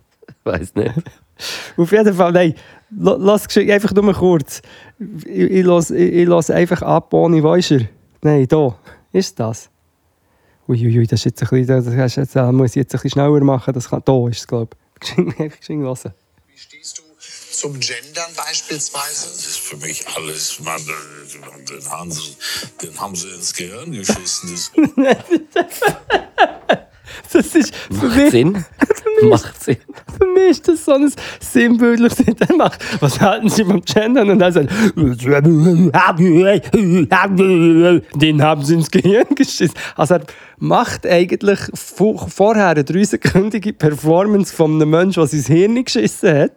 weiß nicht.
Auf jeden Fall, nein, la- lass die Geschichte einfach nur kurz. Ich, ich, lass, ich, ich lass einfach ab, ohne Weischer. Nein, da. Ist das? Uiuiui, das ist jetzt ein bisschen, das, ist jetzt, das muss ich jetzt ein bisschen schneller machen. Das kann, da ist es, glaube ich. Einfach geschwind lassen.
Wie stehst du zum Gendern
Das
beispielsweise?
ist für mich alles Mandel. Den haben sie, den haben sie ins Gehirn geschissen. Das
Das ist für
Macht
mich,
Sinn. Macht Sinn.
für mich ist das so ein sinnbildliches der macht. Was halten Sie beim Gendern? Und dann sagt den haben sie ins Gehirn geschissen. Also er macht eigentlich vo- vorher eine dreisekündige Performance von einem Menschen, der sein Hirn geschissen hat.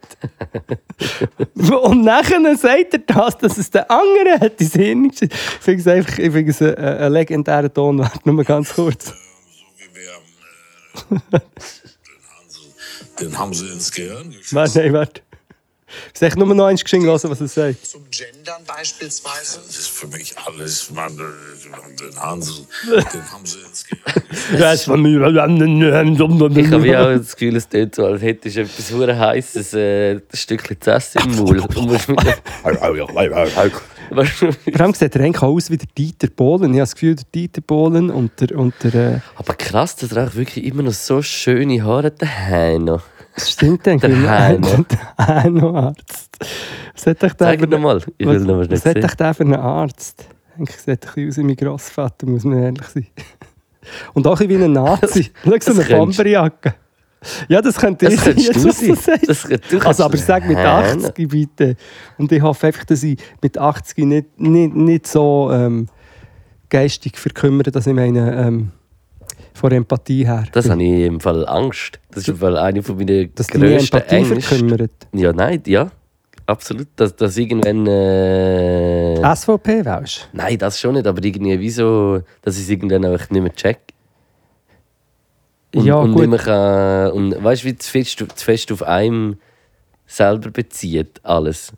Und nachher sagt er das, dass es der andere hat, sein Hirn geschissen. Ich finde es einfach ich finde es ein, ein legendärer Ton, warte nur ganz kurz.
wie wir, äh, den, haben sie, den haben sie ins Gehirn geschissen.
Warte, nein, warte. Sag nur noch eins geschwind hören, was er sagt.
Zum Gendern beispielsweise?
Das ist für mich alles Mandel. Den haben sie, den haben sie ins Gehirn geschissen.
Ich
Ich habe ja
habe
auch das Gefühl, es tönt so, als hättest du etwas hure heißes äh, ein Stückchen zu essen im Maul. Und musst mit dem- Weißt du,
Vor allem sieht er eigentlich auch aus wie der Dieter Bohlen. Ich habe das Gefühl, der Dieter Bohlen und der... Und der äh,
Aber krass, der trägt wirklich immer noch so schöne Haare, der Heino.
das stimmt eigentlich.
Der Heino.
Der Heino-Arzt. Was hat euch der
Zeig
für
mir
einen-
nochmal. Ich will
was-
nochmal nicht
Was hat
sehen.
euch der für einen Arzt? Eigentlich sieht er ein bisschen aus wie mein Grossvater, muss man ehrlich sein. Und auch ein bisschen wie ein Nazi. Schau, so
das
eine
könntest-
Bomberjacke. Ja, das könnte
Das
ich
könntest du
was
sein.
sagst.
Das könnt- du kannst-
Also, aber sag mit
Hä?
80 bitte. Und ich hoffe einfach, dass ich mit 80 nicht, nicht, nicht so ähm, geistig verkümmere, dass ich meine, ähm, von der Empathie her.
Das
bin.
habe ich im Fall Angst. Das ist im Fall eine von meiner
dass die meine
grössten
Empathie
Ängste.
verkümmert.
Ja, nein, ja. Absolut. Dass, dass irgendwann. Äh,
Ah. SVP wärst
Nein, das schon nicht, aber irgendwie wieso, dass ich es irgendwann einfach nicht mehr check. Und,
Ja,
und
gut.
Nicht mehr kann, und weißt du, wie zu fest, zu fest auf einem selber bezieht alles.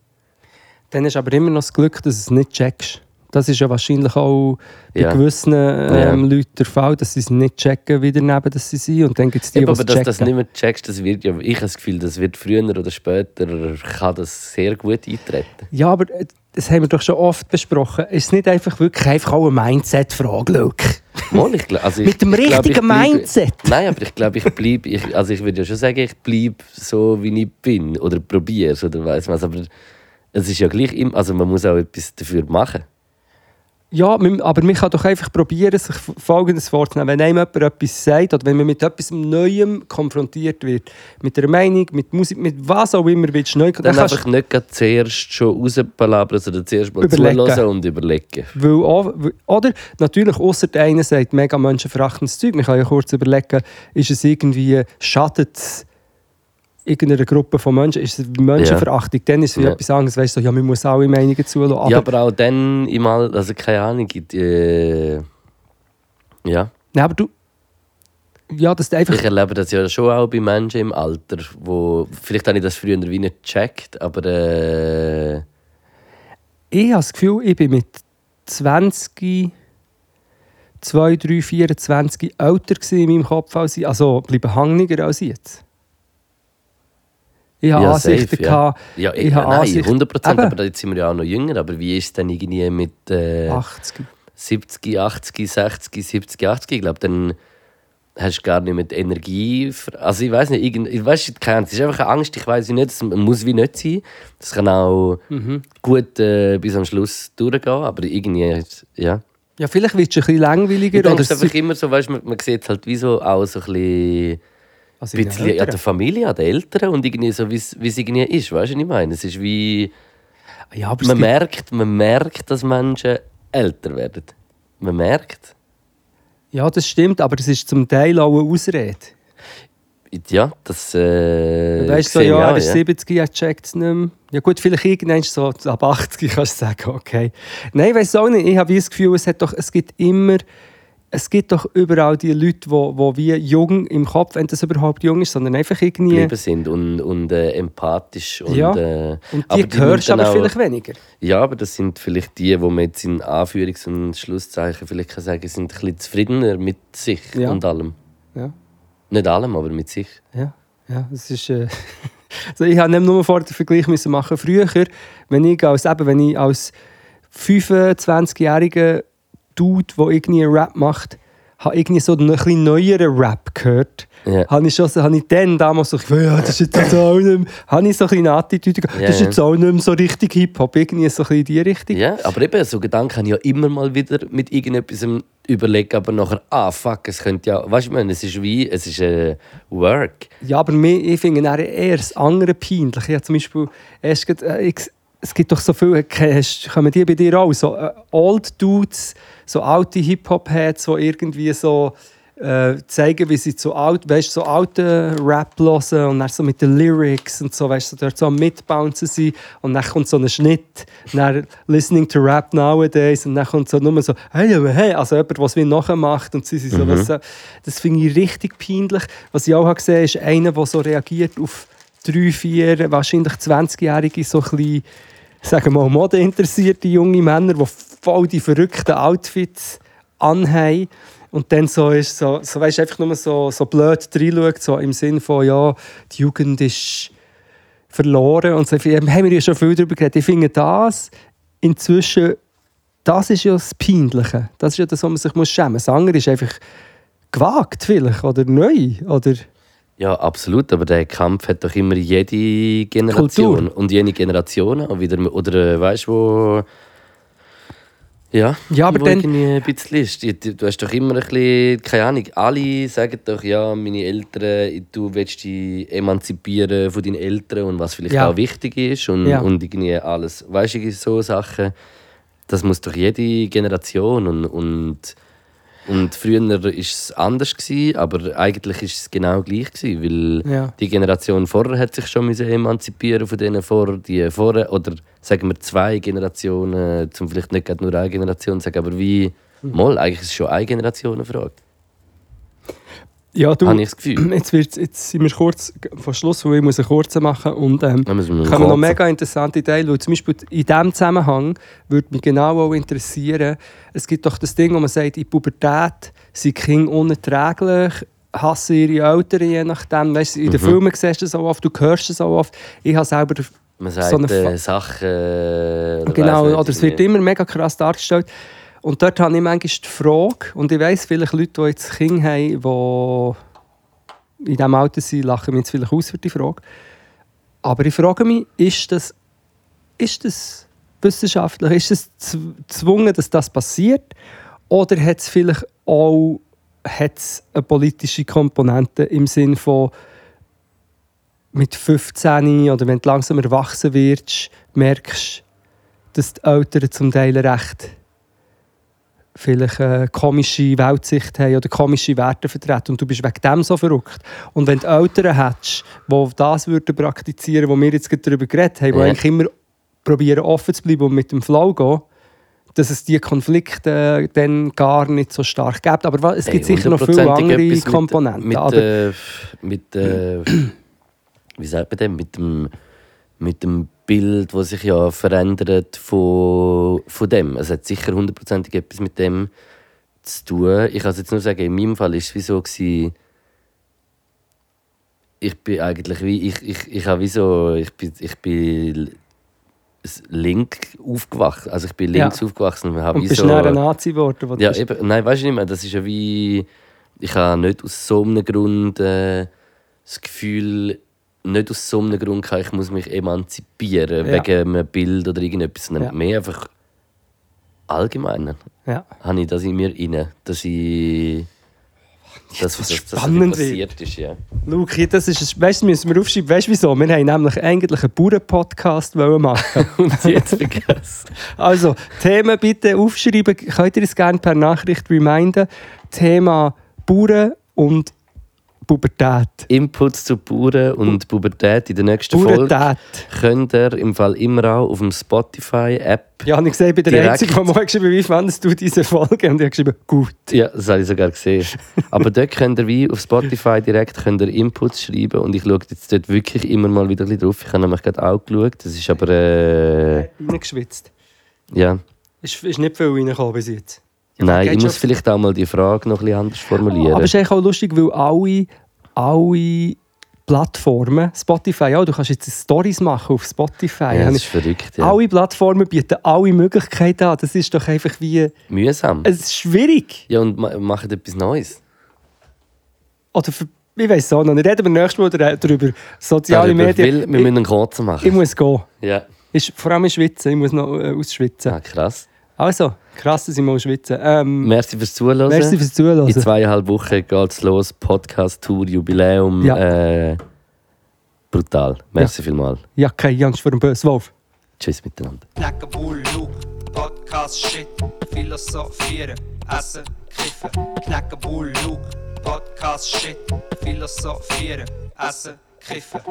Dann hast du aber immer noch das Glück, dass du es nicht checkst. Das ist ja wahrscheinlich auch bei
Ja.
gewissen ähm,
Ja.
Leuten der Fall, dass sie es nicht checken, wie daneben dass sie sind. Und dann gibt es die, die
Eben,
es
aber dass
checken.
du das nicht mehr checkst, das wird ja, ich habe das Gefühl, das wird früher oder später kann das sehr gut eintreten.
Ja, aber äh, das haben wir doch schon oft besprochen. Ist es nicht einfach wirklich einfach auch eine Mindset-Frage, Luke?
Mal, ich, gl- also ich,
Mit dem
ich glaub, ich
richtigen
bleib-
Mindset.
Nein, aber ich glaube, ich bleibe, ich, also ich würde ja schon sagen, ich bleibe so, wie ich bin oder probiere es oder weiß was, aber es ist ja gleich, im- also man muss auch etwas dafür machen.
Ja, man- aber man kann doch einfach probieren, sich folgendes vorzunehmen. Wenn einem jemand etwas sagt oder wenn man mit etwas Neuem konfrontiert wird, mit einer Meinung, mit Musik, mit was auch immer, willst du neu dann
dann
kannst
einfach nicht gerade zuerst schon rauspalabern, sondern zuerst mal
Überlegen.
zuhören und überlegen.
Weil, auch- weil- oder natürlich, außer der eine sagt mega menschenverachtendes Zeug. Man kann ja kurz überlegen, ist es irgendwie, schadet es irgendeiner Gruppe von Menschen, ist es Menschenverachtung? Dann ist es wie
Ja.
etwas anderes, weißt du, so, ja, man muss alle Meinungen zulassen. Aber,
ja, aber auch dann im All, also keine Ahnung, die, äh, ja.
Nein, aber du. Ja, das ist einfach.
Ich erlebe das ja schon auch bei Menschen im Alter, wo vielleicht habe ich das früher wie nicht gecheckt, aber äh,
Ich habe das Gefühl, ich bin mit 20, 2, 3, 24 älter gewesen in meinem Kopf als ich. Also bleiben hangiger als ich jetzt. Ich habe
ja,
Ansichten
safe, ja.
gehabt.
ja, ich,
ich habe
nein,
Ansichten-
100 Prozent,
Eben,
aber jetzt sind wir ja auch noch jünger, aber wie ist es dann irgendwie mit äh,
80.
70, 80, 60, 70, 80, ich glaube, dann hast du gar nicht mehr die Energie. für- Also ich weiß nicht, irgend, ich weiß nicht, keine Ahnung, es ist einfach eine Angst, ich weiß nicht, es muss wie nicht sein. Das kann auch
Mhm.
gut äh, bis am Schluss durchgehen, aber irgendwie, ja.
Ja, vielleicht wird es ein bisschen langweiliger.
Ich denke,
oder
es ist einfach immer so, weißt, man, man sieht halt wie so auch so ein bisschen,
also in den
bisschen an der
Eltern.
Familie, an den Eltern und irgendwie so, wie es wie es irgendwie ist, weißt du, was ich meine? Es ist wie,
ja, aber es
man
gibt,
merkt, man merkt, dass Menschen älter werden. Man merkt.
ja, das stimmt, aber es ist zum Teil auch eine Ausrede.
Ja, das äh,
Weißt du, so,
sehe
ja,
ich auch,
er ist 70, er checkt es nicht mehr. Ja gut, vielleicht irgendwann so ab 80 kannst du sagen, okay. Nein, ich weiss auch nicht. Ich habe wie das Gefühl, es, hat doch, es gibt immer, es gibt doch überall die Leute, die wo, wo wie jung im Kopf, wenn das überhaupt jung ist, sondern einfach irgendwie...
geblieben sind und, und äh, empathisch. Und,
Ja.
äh,
Und
aber
die hörst du
nimmt dann
aber
auch-
vielleicht weniger.
Ja, aber das sind vielleicht die, wo man jetzt in Anführungs- und Schlusszeichen vielleicht kann sagen, sind ein bisschen zufriedener mit sich
Ja.
und allem.
Ja,
Nicht allem, aber mit sich.
ja, ja. Es ist... Äh, also ich habe nicht nur vor den Vergleich müssen machen. Früher, wenn ich als, eben, wenn ich als 25-jähriger Dude, der irgendwie Rap macht, habe irgendwie so einen etwas neueren Rap gehört.
Ja.
Habe ich, schon, so- habe ich dann damals so, ja, das ist jetzt also auch nicht mehr, habe ich so ein bisschen eine Attitüde, gehabt,
Ja,
das ist
ja.
jetzt auch nicht mehr so richtig Hip-Hop, irgendwie so ein bisschen in die Richtung.
Ja, aber eben, so Gedanken habe ich ja immer mal wieder mit irgendetwas überlegen, aber nachher, ah, fuck, es könnte ja, weißt du, ich meine, es ist wie, es ist äh, Work.
Ja, aber mir, ich finde dann eher das andere peinlich. Ich habe zum Beispiel erst grad, äh, ich, es gibt doch so viele, ke- hast- kommen die bei dir auch, so äh, Old Dudes, so alte Hip-Hop-Heads, die irgendwie so äh, zeigen, wie sie zu alt, weißt, so alten Rap hören und dann so mit den Lyrics und so, weißt du, so dort so am Mitbouncen sind und dann kommt so ein Schnitt, dann listening to Rap nowadays und dann kommt so nur so, hey, aber hey, also jemand, was wir nachher macht und sie sind so, weißt du, das finde ich richtig peinlich. Was ich auch habe gesehen ist einer, der so reagiert auf drei, vier, wahrscheinlich 20-jährige, so ein bisschen, sagen wir mal, modeinteressierte junge Männer, die voll die verrückten Outfits anhaben. Und dann so ist so, so weißt, einfach nur so, so blöd reinschaut, so im Sinn von, ja, die Jugend ist verloren. Und so, viel- haben wir ja schon viel darüber geredet. Ich finde das inzwischen, das ist ja das Peinliche. Das ist ja das, wo man sich muss schämen muss. Das andere ist einfach gewagt vielleicht oder neu. Oder
Ja, absolut, aber der Kampf hat doch immer jede Generation
Kultur.
und jede Generation auch wieder, oder äh, weißt du, wo... Ja,
Ja, aber
wo
dann-
irgendwie ein bisschen ist. Du- Du, du hast doch immer ein bisschen, keine Ahnung, alle sagen doch, ja, meine Eltern, du willst dich emanzipieren von deinen Eltern und was vielleicht
Ja.
auch wichtig ist und,
Ja.
und irgendwie alles, weißt du, so Sachen. Das muss doch jede Generation und, und und früher war es anders, gewesen, aber eigentlich war es genau gleich, gewesen, weil
Ja.
die Generation vorher hat sich schon müssen emanzipieren von denen vor, die vorher, oder sagen wir zwei Generationen, zum vielleicht nicht gerade nur eine Generation zu sagen, aber wie,
Hm.
mal, eigentlich ist es schon eine Generationenfrage.
ja, du,
Habe ich das Gefühl.
jetzt, wird's, jetzt sind wir kurz vor Schluss, weil ich muss einen kurzen machen und ähm,
Dann müssen wir noch
kommen noch
kurzen.
mega interessante Teile. Weil zum Beispiel in diesem Zusammenhang würde mich genau auch interessieren, es gibt doch das Ding, wo man sagt, in der Pubertät sind die Kinder unerträglich, hassen ihre Eltern, je nachdem. Weißt, du, in den Filmen siehst du das auch oft, du hörst es auch oft. Ich habe selber
Man sagt
so eine Fa-
äh, Sachen. Oder weiss
Genau,
nicht,
oder es wird
irgendwie.
immer mega krass dargestellt. Und dort habe ich manchmal die Frage, und ich weiss, vielleicht Leute, die jetzt Kinder haben, die in diesem Alter sind, lachen mich jetzt vielleicht aus für die Frage. Aber ich frage mich, ist das, ist das wissenschaftlich, ist es zw- gezwungen, dass das passiert? Oder hat es vielleicht auch hat's eine politische Komponente im Sinn von, mit 15 oder wenn du langsam erwachsen wirst, merkst dass die Eltern zum Teil recht vielleicht eine komische Weltsicht haben oder komische Werte vertreten und du bist wegen dem so verrückt. Und wenn du Eltern hättest, die das würden praktizieren, wo wir jetzt gerade darüber geredet haben, die
Ja.
eigentlich immer probieren offen zu bleiben und mit dem Flow gehen, dass es diese Konflikte äh, dann gar nicht so stark gibt. Aber wa- es gibt
Hey,
sicher noch viele
hundertprozentig
andere
etwas mit-
Komponenten.
Mit,
aber
äh, mit äh, wie sagt man dem? Mit dem, mit dem Bild, das sich ja verändert von, von dem. Es hat sicher hundertprozentig etwas mit dem zu tun. Ich kann es jetzt nur sagen, in meinem Fall war es wie so, gewesen, ich bin eigentlich wie, ich, ich, ich habe wie so, ich bin, ich bin s- link aufgewachsen. Also ich bin
Ja.
links aufgewachsen und habe
und
wie
bist
so...
näher ein Nazi geworden. wo du
Ja,
bist-
eben. Nein, weißt du nicht mehr. Das ist ja wie. Ich habe nicht aus so einem Grund äh, das Gefühl, nicht aus so einem Grund, kann, ich muss mich emanzipieren
Ja.
wegen einem Bild oder irgendetwas. sondern
Ja.
Mehr einfach allgemeiner
ja.
habe ich das in mir inne, dass ich. Dass,
was
dass, dass das
spannend
passiert ist, ja.
Luki, das ist, ein- weißt, du, müssen wir aufschreiben. Weißt du wieso? Wir haben nämlich eigentlich einen Bauern-Podcast wollen machen.
Und jetzt vergessen.
Also, Themen bitte aufschreiben. Könnt ihr es gerne per Nachricht reminden? Thema Bauern und Pubertät.
Inputs zu Bauern und Pubertät in der nächsten Folge
Pubertät.
könnt ihr im Fall immer auch auf dem Spotify-App.
Ja, und ich sehe, ich bin der
Direkt.
Einzige, der mal geschrieben hat, wie fandest du diese Folge? Und ich habe geschrieben, gut.
Ja, das habe ich sogar gesehen. Aber dort könnt ihr wie auf Spotify direkt könnt ihr Inputs schreiben und ich schaue jetzt dort wirklich immer mal wieder ein bisschen drauf. Ich habe nämlich gerade auch geschaut. Das ist aber. Äh,
Reingeschwitzt.
ja.
Ist, ist nicht viel reingekommen bis jetzt.
Nein,
geht's
ich muss
schon-
vielleicht auch mal die Frage noch ein bisschen anders formulieren.
Aber es ist eigentlich auch lustig, weil alle, alle Plattformen, Spotify auch, du kannst jetzt Stories machen auf Spotify.
ja,
Habe
das
ich-
ist verrückt. Ja.
Alle Plattformen bieten alle Möglichkeiten an. Das ist doch einfach wie.
Mühsam.
Es ist schwierig.
Ja, und ma machen etwas Neues.
Oder für, ich weiß es auch noch nicht. Reden wir nächstes Mal dr- darüber. Soziale
Darüber,
Medien.
Weil wir müssen einen kurzen machen.
ich, ich muss gehen.
ja.
Ist, vor allem in Schwitzen. Ich muss noch äh, ausschwitzen.
Ah, krass.
Also, krass, dass ich mal schwitzen. Ähm,
Merci fürs Zuhören.
merci fürs Zuhören.
In zweieinhalb Wochen geht's los. Podcast Tour, Jubiläum.
Ja.
Äh, brutal. Merci vielmals.
Ja, keine Angst vor dem bösen Wolf.
Tschüss miteinander.
Lecker Bullu, Podcast Shit, Philosophieren, Essen, Kiffen. Knacken Bullu, Podcast Shit, Philosophieren, Essen, Kiffen.